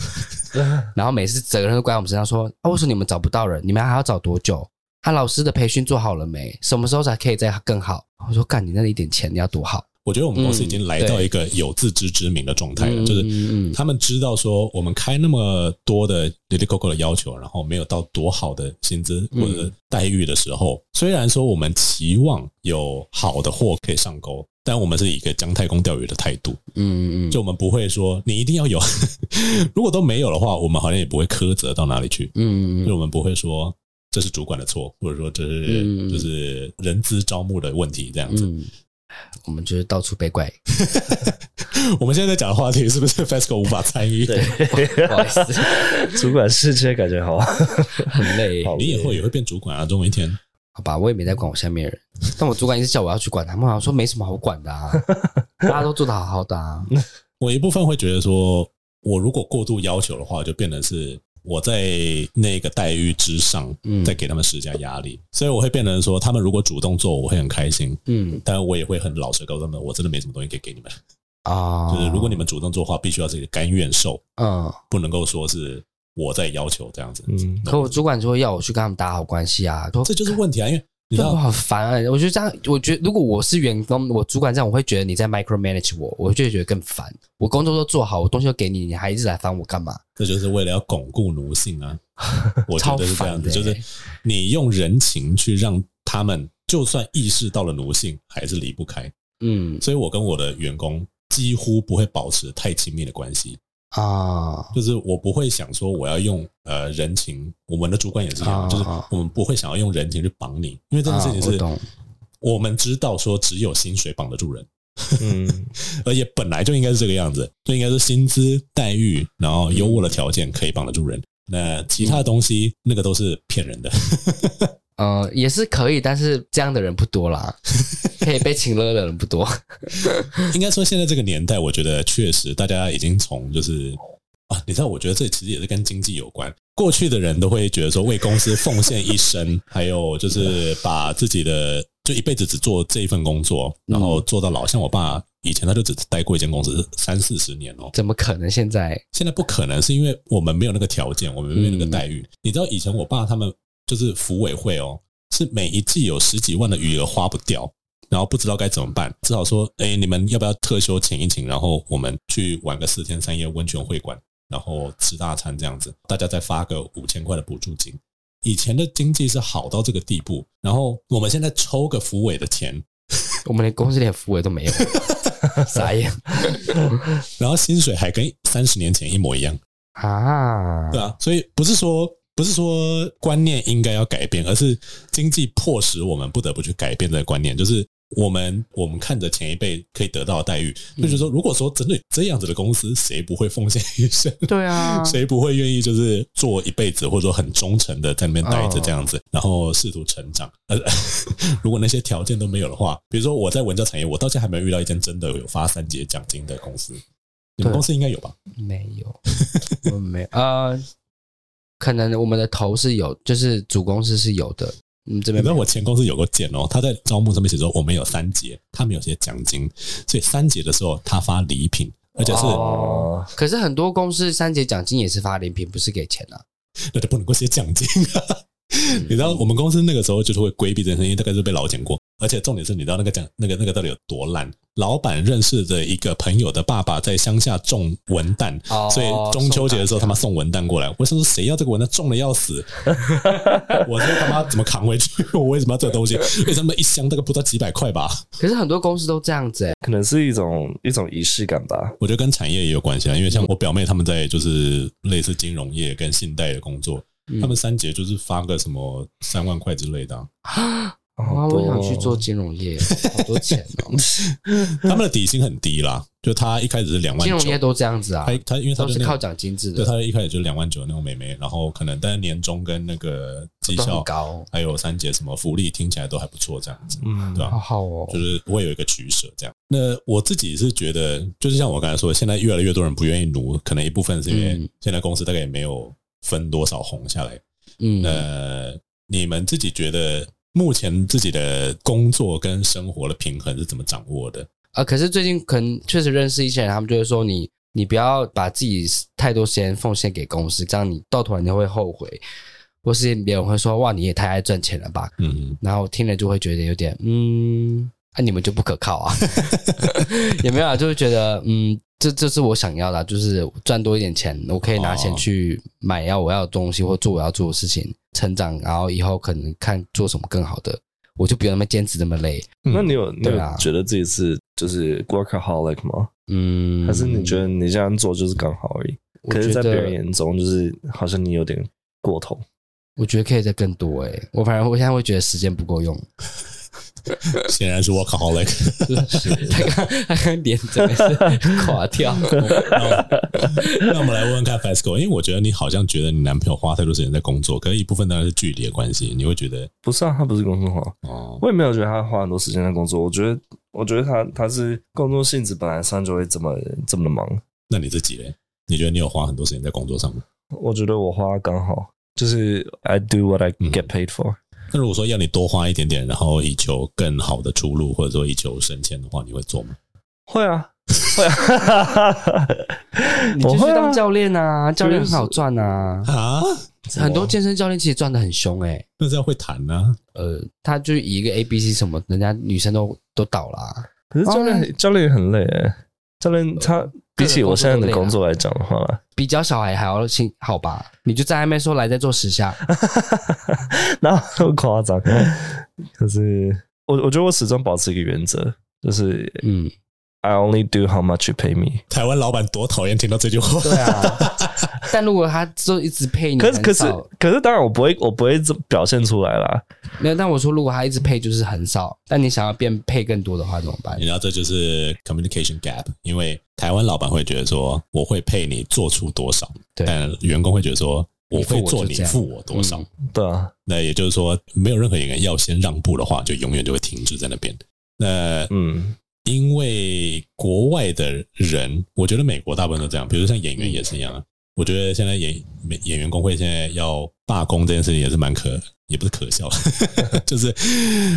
Speaker 3: 然后每次责任都怪我们身上说，啊，为什么你们找不到人？你们还要找多久？啊，老师的培训做好了没？什么时候才可以再更好？我说，干你那一点钱，你要多好？
Speaker 1: 我觉得我们公司已经来到
Speaker 3: 嗯
Speaker 1: 一个有自知之明的状态了，
Speaker 3: 嗯
Speaker 1: 就是
Speaker 3: 嗯嗯
Speaker 1: 他们知道说我们开那么多的 l i l y Coco 的要求，然后没有到多好的薪资
Speaker 3: 嗯
Speaker 1: 或者待遇的时候，虽然说我们期望有好的货可以上钩，但我们是以一个姜太公钓鱼的态度，
Speaker 3: 嗯嗯嗯，
Speaker 1: 就我们不会说你一定要有， 如果都没有的话，我们好像也不会苛责到哪里去，
Speaker 3: 嗯嗯
Speaker 1: 就
Speaker 3: 嗯
Speaker 1: 我们不会说这是主管的错，或者说这
Speaker 3: 嗯
Speaker 1: 是就是人资招募的问题这样子。
Speaker 3: 嗯，我们就是到处被怪，嗯
Speaker 1: 我们现在在讲的话题是不是 E FESCO 无法参与？
Speaker 2: 对，
Speaker 3: 不好意思，
Speaker 2: 主管世界感觉好，
Speaker 3: 很累。
Speaker 2: 好
Speaker 1: 你以后也会变主管啊，总有一天。
Speaker 3: 好吧，我也没在管我下面人，但我主管一直叫我要去管他们，啊我说没什么好管 的啊，大家都做得好好的啊。
Speaker 1: 我一部分会觉得说，我如果过度要求的话，就变成是我在那个待遇之上，
Speaker 3: 嗯
Speaker 1: 在给他们施加压力，所以我会变成说，他们如果主动做，我会很开心，
Speaker 3: 嗯
Speaker 1: 但我也会很老实告诉他们，我真的没什么东西可以给你们，
Speaker 3: 啊，
Speaker 1: 就是如果你们主动做的话，必须要自己甘愿受，
Speaker 3: 嗯，
Speaker 1: 不能够说是我在要求这样子，
Speaker 2: 嗯，
Speaker 3: 可我主管就会要我去跟他们打好关系啊，说
Speaker 1: 这就是问题啊，因为你知
Speaker 3: 对我
Speaker 1: 道，
Speaker 3: 好烦啊！我觉得这样，我觉得如果我是员工，我主管这样，我会觉得你在 micro manage 我，我就会觉得更烦。我工作都做好，我东西都给你，你还一直来烦我干嘛？
Speaker 1: 这就是为了要巩固奴性啊，我觉
Speaker 3: 超
Speaker 1: 得是这
Speaker 3: 烦
Speaker 1: 样子，
Speaker 3: 的欸
Speaker 1: 就是你用人情去让他们，就算意识到了奴性，还是离不开。
Speaker 3: 嗯
Speaker 1: 所以我跟我的员工几乎不会保持太亲密的关系，
Speaker 3: 啊，
Speaker 1: 就是我不会想说我要用呃人情，我们的主管也是一样，
Speaker 3: 啊
Speaker 1: 就是我们不会想要用人情去绑你，因为这件事情
Speaker 3: 啊我
Speaker 1: 是、
Speaker 3: 懂
Speaker 1: 我们知道说只有薪水绑得住人，
Speaker 2: 嗯，
Speaker 1: 而且本来就应该是这个样子，就应该是薪资待遇，然后优渥的条件可以绑得住人。那其他的东西，那个都是骗人的。
Speaker 3: 呃，也是可以，但是这样的人不多啦， 可以被请了的人不多。
Speaker 1: 应该说，现在这个年代，我觉得确实大家已经从就是啊，你知道，我觉得这其实也是跟经济有关。过去的人都会觉得说，为公司奉献一生，还有就是把自己的就一辈子只做这一份工作，然后做到老。像我爸以前他就只待过一间公司三四十年哦，
Speaker 3: 怎么可能现在？
Speaker 1: 现在不可能，是因为我们没有那个条件，我们没有那个待遇。你知道以前我爸他们就是服委会哦，是每一季有十几万的余额花不掉，然后不知道该怎么办，只好说，哎，你们要不要特休请一请，然后我们去玩个四天三夜温泉会馆，然后吃大餐这样子，大家再发个五千块的补助金。以前的经济是好到这个地步，然后我们现在抽个服委的钱，
Speaker 3: 我们连公司连服务也 都没有，傻眼
Speaker 1: 然后薪水还跟三十年前一模一样。
Speaker 3: 啊！
Speaker 1: 对啊，所以不是说不是说观念应该要改变，而是经济迫使我们不得不去改变这个观念，就是。我们我们看着前一辈可以得到的待遇，
Speaker 3: 嗯
Speaker 1: 就是说，如果说针对这样子的公司，谁不会奉献一生？
Speaker 3: 对啊
Speaker 1: 谁不会愿意就是做一辈子，或者说很忠诚的在那边待着
Speaker 3: 哦
Speaker 1: 这样子，然后试图成长？ 呃，如果那些条件都没有的话，比如说我在文教产业，我到现在还没有遇到一间真的有发三节奖金的公司，你们
Speaker 3: 对
Speaker 1: 公司应该有吧？
Speaker 3: 没有，我们没有。呃，可能我们的头是有，就是主公司是有的。嗯，这
Speaker 1: 你知
Speaker 3: 边没
Speaker 1: 道
Speaker 3: 有
Speaker 1: 我前公司有个贱哦，他在招募上面写说我们有三节，他们有些奖金，所以三节的时候他发礼品，而且是
Speaker 2: 哦，
Speaker 3: 可是很多公司三节奖金也是发礼品，不是给钱啊。嗯
Speaker 1: 那就不能够写奖金、啊。 你知道我们公司那个时候就是会规避这件事，因为大概是被老检过。而且重点是，你知道那个奖那个那个到底有多烂？老板认识的一个朋友的爸爸在乡下种文旦，
Speaker 3: 哦
Speaker 1: 所以中秋节的时候他妈送文旦过来。我想说，谁要这个文旦？重的要死！我这他妈怎么扛回去？ 我为什么要这个东西？为什么一箱大概不到几百块吧？
Speaker 3: 可是很多公司都这样子哎、
Speaker 2: 可能是一种一种仪式感吧。
Speaker 1: 我觉得跟产业也有关系啊，因为像我表妹他们在就是类似金融业跟信贷的工作，
Speaker 3: 嗯
Speaker 1: 他们 三节就是发个什么三万块之类的啊、
Speaker 3: 哇，
Speaker 2: 好哦多
Speaker 3: 我想去
Speaker 1: 哦
Speaker 3: 做金融业，好多钱哦、
Speaker 1: 他们的底薪很低啦，就他一开始是两万
Speaker 3: 金
Speaker 1: 九，
Speaker 3: 融业都这样子啊
Speaker 1: 他，他因为他
Speaker 3: 都
Speaker 1: 就是那
Speaker 3: 靠
Speaker 1: 种
Speaker 3: 奖金制
Speaker 1: 对，
Speaker 3: 的，
Speaker 1: 他一开始就两万九那种美眉，然后可能但是年终跟那个绩
Speaker 3: 都
Speaker 1: 效
Speaker 3: 很高，
Speaker 1: 还有三节什么福利听起来都还不错，这样子，
Speaker 2: 嗯
Speaker 1: 对吧、
Speaker 3: 好好哦
Speaker 1: 啊就。是不会有一个取舍这样。那我自己是觉得，就是像我刚才说，现在越来越多人不愿意奴，可能一部分是因为
Speaker 3: 嗯
Speaker 1: 现在公司大概也没有分多少红下来，
Speaker 3: 嗯，
Speaker 1: 呃，你们自己觉得目前自己的工作跟生活的平衡是怎么掌握的？
Speaker 3: 啊，可是最近可能确实认识一些人，他们就会说你，你不要把自己太多时间奉献给公司，这样你到头来你会后悔，或是别人会说哇，你也太爱赚钱了吧。
Speaker 1: 嗯，
Speaker 3: 然后我听了就会觉得有点，嗯，那、你们就不可靠啊， 也没有啊，就会觉得，嗯，这这是我想要的啊，就是赚多一点钱，我可以拿钱
Speaker 1: 哦
Speaker 3: 去买要我要的东西，或做我要做的事情，成长，然后以后可能看做什么更好的，我就不用那么坚持那么累。
Speaker 1: 嗯
Speaker 2: 那你有你有
Speaker 3: 对啊
Speaker 2: 觉得自己是就是 workaholic 吗？
Speaker 3: 嗯，
Speaker 2: 还是你觉得你这样做就是刚好而已？
Speaker 3: 我
Speaker 2: 可是，
Speaker 3: 觉
Speaker 2: 在别
Speaker 3: 得
Speaker 2: 人眼中，就是好像你有点过头。
Speaker 3: 我觉得可以再更多诶、我反正我现在会觉得时间不 够用。
Speaker 1: 显然是 workaholic。
Speaker 3: 他刚他刚脸整个 是垮掉，
Speaker 2: 啊
Speaker 1: 那我们来问问看 FESCO，因为我觉得你好像觉得你男朋友花太多时间在工作，可是一部分当然是距离的关系，你会觉得
Speaker 2: 不是啊，他不是工作狂，
Speaker 1: 哦，
Speaker 2: 我也没有觉得他花很多时间在工作。我觉得，我觉得他他是工作性质本来上就会这么这么的忙。
Speaker 1: 那你自己嘞？你觉得你有花很多时间在工作上吗？
Speaker 2: 我觉得我花刚好，就是 I do what I
Speaker 1: 嗯
Speaker 2: get paid for。
Speaker 1: 那如果说要你多花一点点，然后以求更好的出路，或者说以求升迁的话，你会做吗？
Speaker 2: 会啊，会啊，
Speaker 3: 你就
Speaker 2: 我
Speaker 3: 去
Speaker 2: 会啊
Speaker 3: 当教练啊，教练很好赚啊，
Speaker 1: 啊，
Speaker 3: 很多健身教练其实赚的很凶诶、
Speaker 1: 那是要会谈啊呢、
Speaker 3: 呃，他就以一个 A B C 什么，人家女生都都倒啦、
Speaker 2: 可是教
Speaker 3: 哎
Speaker 2: 练、教练很累、欸，教练他比起我现在
Speaker 3: 啊
Speaker 2: 的工作来讲的话，
Speaker 3: 比较小孩还要辛好吧？你就在那边说来再做十下，
Speaker 2: 哪有 那么夸张？可是我我觉得我始终保持一个原则，就是
Speaker 3: 嗯，
Speaker 2: I only do how much you pay me。
Speaker 1: 台湾老板多讨厌听到这句话，
Speaker 3: 对啊。但如果他就一直配你
Speaker 2: 可
Speaker 3: 很
Speaker 2: 是可
Speaker 3: 少，
Speaker 2: 是可是，当然我不会我不会这表现出来啦。
Speaker 3: 没有。但我说如果他一直配就是很少，但你想要变配更多的话怎么办
Speaker 1: 你？知道这就是 communication gap，因为台湾老板会觉得说我会配你做出多少，
Speaker 3: 对
Speaker 1: 但员工会觉得说我会做
Speaker 3: 你付我就
Speaker 1: 你
Speaker 3: 这样
Speaker 1: 付我多少
Speaker 3: 嗯。
Speaker 2: 对啊，
Speaker 1: 那也就是说，没有任何一个人要先让步的话，就永远就会停滞在那边。那
Speaker 2: 嗯，
Speaker 1: 因为国外的人，我觉得美国大部分都这样，比如说像演员也是一样啊。我觉得现在演美演员工会现在要罢工这件事情也是蛮可，也不是可笑， 就是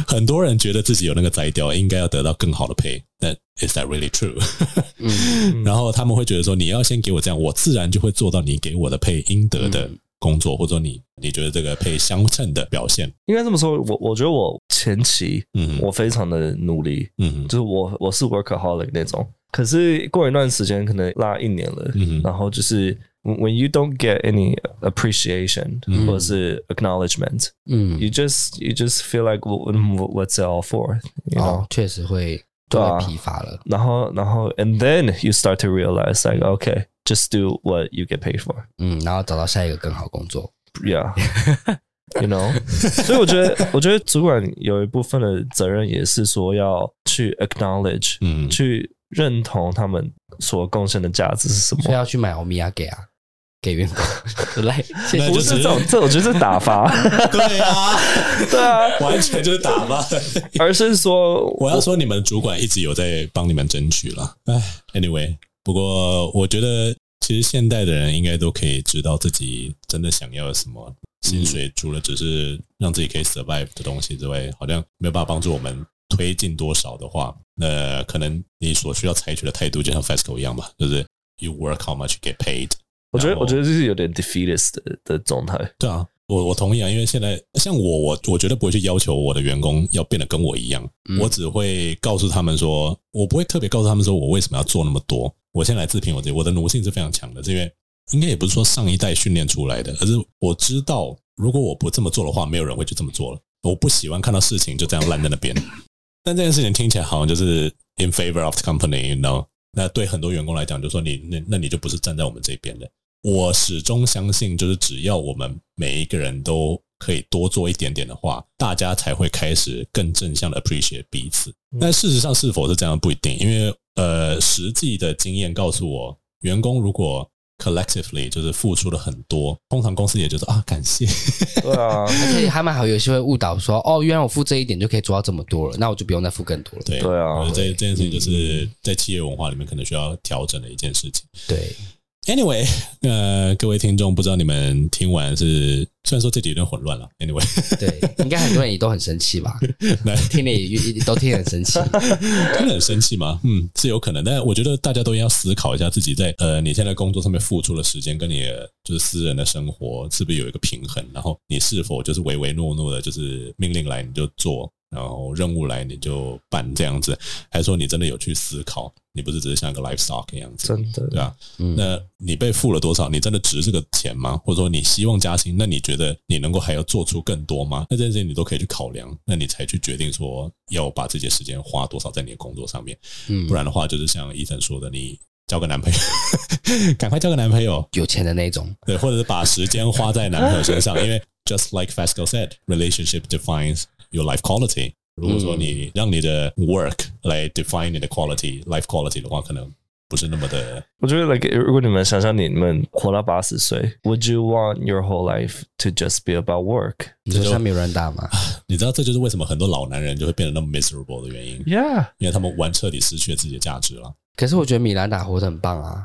Speaker 1: 很多人觉得自己有那个摘掉，应该要得到更好的配，但 is that really true？
Speaker 3: 嗯，
Speaker 1: 然后他们会觉得说，你要先给我这样，我自然就会做到你给我的配应得的工作，或者说你你觉得这个配相称的表现。
Speaker 2: 应该这么说。我我觉得我前期
Speaker 1: 嗯
Speaker 2: 我非常的努力，
Speaker 1: 嗯
Speaker 2: 就是我我是 workaholic 那种。可是过一段时间，可能拉一年了，
Speaker 1: 嗯
Speaker 2: 然后就是 when when you don't get any appreciation、
Speaker 1: 嗯
Speaker 2: 或者是 acknowledgement，
Speaker 3: 嗯
Speaker 2: you just you just feel like wh- wh- what's it all for you
Speaker 3: 哦
Speaker 2: know，、，
Speaker 3: 确实会
Speaker 2: 对啊
Speaker 3: 都会疲乏了。
Speaker 2: 然后然后 and then you start to realize like okay just do what you get paid for
Speaker 3: 嗯，然后找到下一个更好工作。
Speaker 2: ，Yeah，you know，所以我觉得，我觉得主管有一部分的责任也是说要去 acknowledge，、
Speaker 1: 嗯，
Speaker 2: 去认同他们所贡献的价值是什
Speaker 3: 所以
Speaker 2: 么。
Speaker 3: 要去买欧米亚给啊，给员工 来，谢
Speaker 1: 那
Speaker 3: 谢
Speaker 1: 就
Speaker 2: 不
Speaker 1: 只
Speaker 2: 是这种，这我觉得是打 发，
Speaker 1: 对啊，
Speaker 2: 对 啊，
Speaker 1: 完全就是打吧。
Speaker 2: 而是说
Speaker 1: 我要说，你们主管一直有在帮你们争取了。哎，anyway，不过我觉得其实现代的人应该都可以知道自己真的想要什么。薪水除了只是让自己可以 survive 的东西之外，好像没有办法帮助我们推进多少的话，那可能你所需要采取的态度就像 FESCO 一样吧，就是 you work how much you get paid。
Speaker 2: 我觉得
Speaker 1: 然后
Speaker 2: 我觉得这是有点 defeatist 的的状态。
Speaker 1: 对啊，我我同意啊，因为现在像我，我我绝对不会去要求我的员工要变得跟我一样，
Speaker 3: 嗯
Speaker 1: 我只会告诉他们说，我不会特别告诉他们说我为什么要做那么多。我先来自评我自己，我的奴性是非常强的，这因为应该也不是说上一代训练出来的，而是我知道如果我不这么做的话，没有人会去这么做了。我不喜欢看到事情就这样烂在那边。但这件事情听起来好像就是 in favor of the company，you know？那对很多员工来讲，就说你那那你就不是站在我们这边的。我始终相信，就是只要我们每一个人都可以多做一点点的话，大家才会开始更正向的 appreciate 彼此。但事实上是否是这样不一定，因为呃，实际的经验告诉我，员工如果 collectively 就是付出了很多，通常公司也就是啊感谢，
Speaker 2: 对啊，
Speaker 3: 而且还蛮好，有些会误导说，哦，原来我付这一点就可以做到这么多了，那我就不用再付更多了。
Speaker 1: 对
Speaker 2: 对啊
Speaker 1: 我觉得这这件事情就是在企业文化里面可能需要调整的一件事情。
Speaker 3: 对，
Speaker 1: Anyway，呃，各位听众，不知道你们听完是，虽然说这集有点混乱了，Anyway，
Speaker 3: 对，应该很多人也都很生气 吧？
Speaker 1: 来
Speaker 3: 听了也也都听得很生气。
Speaker 1: 真的很生气吗？嗯，是有可能，但我觉得大家都要思考一下自己在呃你现在工作上面付出的时间，跟你的就是私人的生活是不是有一个平衡？然后你是否就是唯唯诺诺的，就是命令来你就做，然后任务来你就办这样子，还是说你真的有去思考？你不是只是像一个 livestock 一样子？
Speaker 2: 真的
Speaker 1: 对啊，
Speaker 3: 嗯
Speaker 1: 那你被付了多少？你真的值这个钱吗？或者说你希望加薪？那你觉得你能够还要做出更多吗？那这件事情你都可以去考量，那你才去决定说要把自己的时间花多少在你的工作上面。
Speaker 3: 嗯
Speaker 1: 不，然的话，就是像医生说的，你交个男朋友， 赶快交个男朋友，
Speaker 3: 有钱的那种，
Speaker 1: 对，或者是把时间花在男朋友身上，因为 just like Fasco said, relationship defines your life quality。如果说你让你的 work 来 define 你的 quality life quality 的话，可能不是那么的
Speaker 2: 我觉得 like 如果你们想象你们活到八十岁，Would you want your whole life to just be about work?
Speaker 3: 你说
Speaker 1: 这就
Speaker 3: 像米软打吗？
Speaker 1: 你知道，这就是为什么很多老男人就会变得那么 miserable 的原因，
Speaker 2: Yeah，
Speaker 1: 因为他们玩彻底失去了自己的价值了。
Speaker 3: 可是我觉得米兰达活得很棒啊，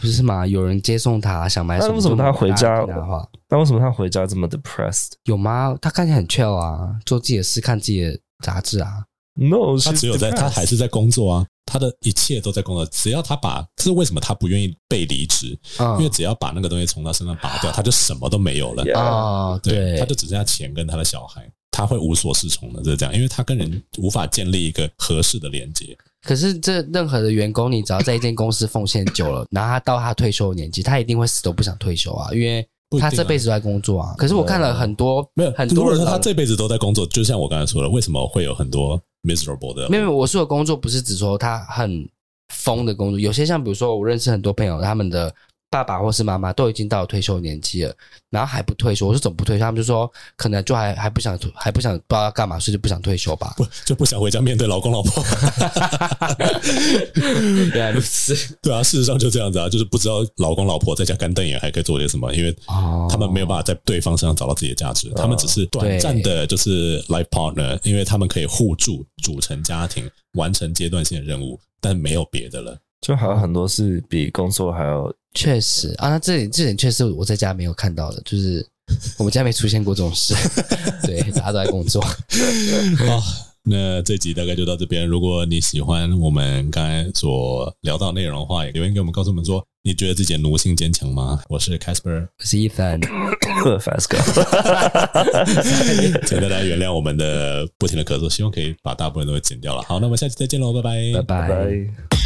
Speaker 3: 不是吗？有人接送他，想买什
Speaker 2: 那
Speaker 3: 么
Speaker 2: 为
Speaker 3: 就
Speaker 2: 什么
Speaker 3: 买
Speaker 2: 他回
Speaker 3: 大家啊
Speaker 2: 家
Speaker 3: 听他的话
Speaker 2: 那为什么他回家这么 depressed？
Speaker 3: 有吗？他看起来很 chill 啊，做自己的事，看自己的杂志啊。
Speaker 2: No，
Speaker 1: 他
Speaker 2: she's
Speaker 1: 只有在，他
Speaker 2: depressed.
Speaker 1: 还是在工作啊，他的一切都在工作。只要他把，这是为什么他不愿意被离职，因为
Speaker 3: 嗯
Speaker 1: 只要把那个东西从他身上拔掉，他就什么都没有了。
Speaker 2: Yeah，
Speaker 3: 啊，
Speaker 1: 对，
Speaker 3: 对，
Speaker 1: 他就只剩下钱跟他的小孩，他会无所适从的，就是这样，因为他跟人无法建立一个合适的连接。
Speaker 3: 可是这任何的员工，你只要在一间公司奉献久了，然后他到他退休的年纪，他一定会死都不想退休啊，因为
Speaker 1: 不一定啊
Speaker 3: 他这辈子都在工作啊。可是我看了很多，
Speaker 1: 没有
Speaker 3: 很，
Speaker 1: 如
Speaker 3: 多
Speaker 1: 果
Speaker 3: 人
Speaker 1: 说他
Speaker 3: 老
Speaker 1: 这辈子都在工作，就像我刚才说的，为什么会有很多 miserable 的
Speaker 3: 没有，没有我说的工作不是指说他很疯的工作，有些像比如说我认识很多朋友，他们的爸爸或是妈妈都已经到了退休年纪了，然后还不退休，我说怎么不退休？他们就说可能就还还不想还不想不知道要干嘛，所以就不想退休吧。
Speaker 1: 不就不想回家面对老公老婆？
Speaker 3: 原来如此，
Speaker 1: 对啊，事实上就这样子啊，就是不知道老公老婆在家干瞪眼还可以做些什么，因为
Speaker 3: 哦
Speaker 1: 他们没有办法在对方身上找到自己的价值，他们只是短暂的就是 life partner，因为他们可以互助、组成家庭、完成阶段性的任务，但没有别的了。
Speaker 2: 就还有很多是比工作还要
Speaker 3: 确实啊，那这里这点确实我在家没有看到的，就是我们家没出现过这种 事，对，大家都在工作。
Speaker 1: 好，那这集大概就到这边。如果你喜欢我们刚才所聊到的内容的话，也留言给我们，告诉我们说你觉得自己的奴性坚强吗？我是 Casper，
Speaker 3: 我是 Ethan，
Speaker 2: fast。
Speaker 1: 请大家原谅我们的不停的咳嗽，希望可以把大部分都给剪掉了。好，那我们下期再见喽，拜
Speaker 3: 拜拜。
Speaker 2: 拜。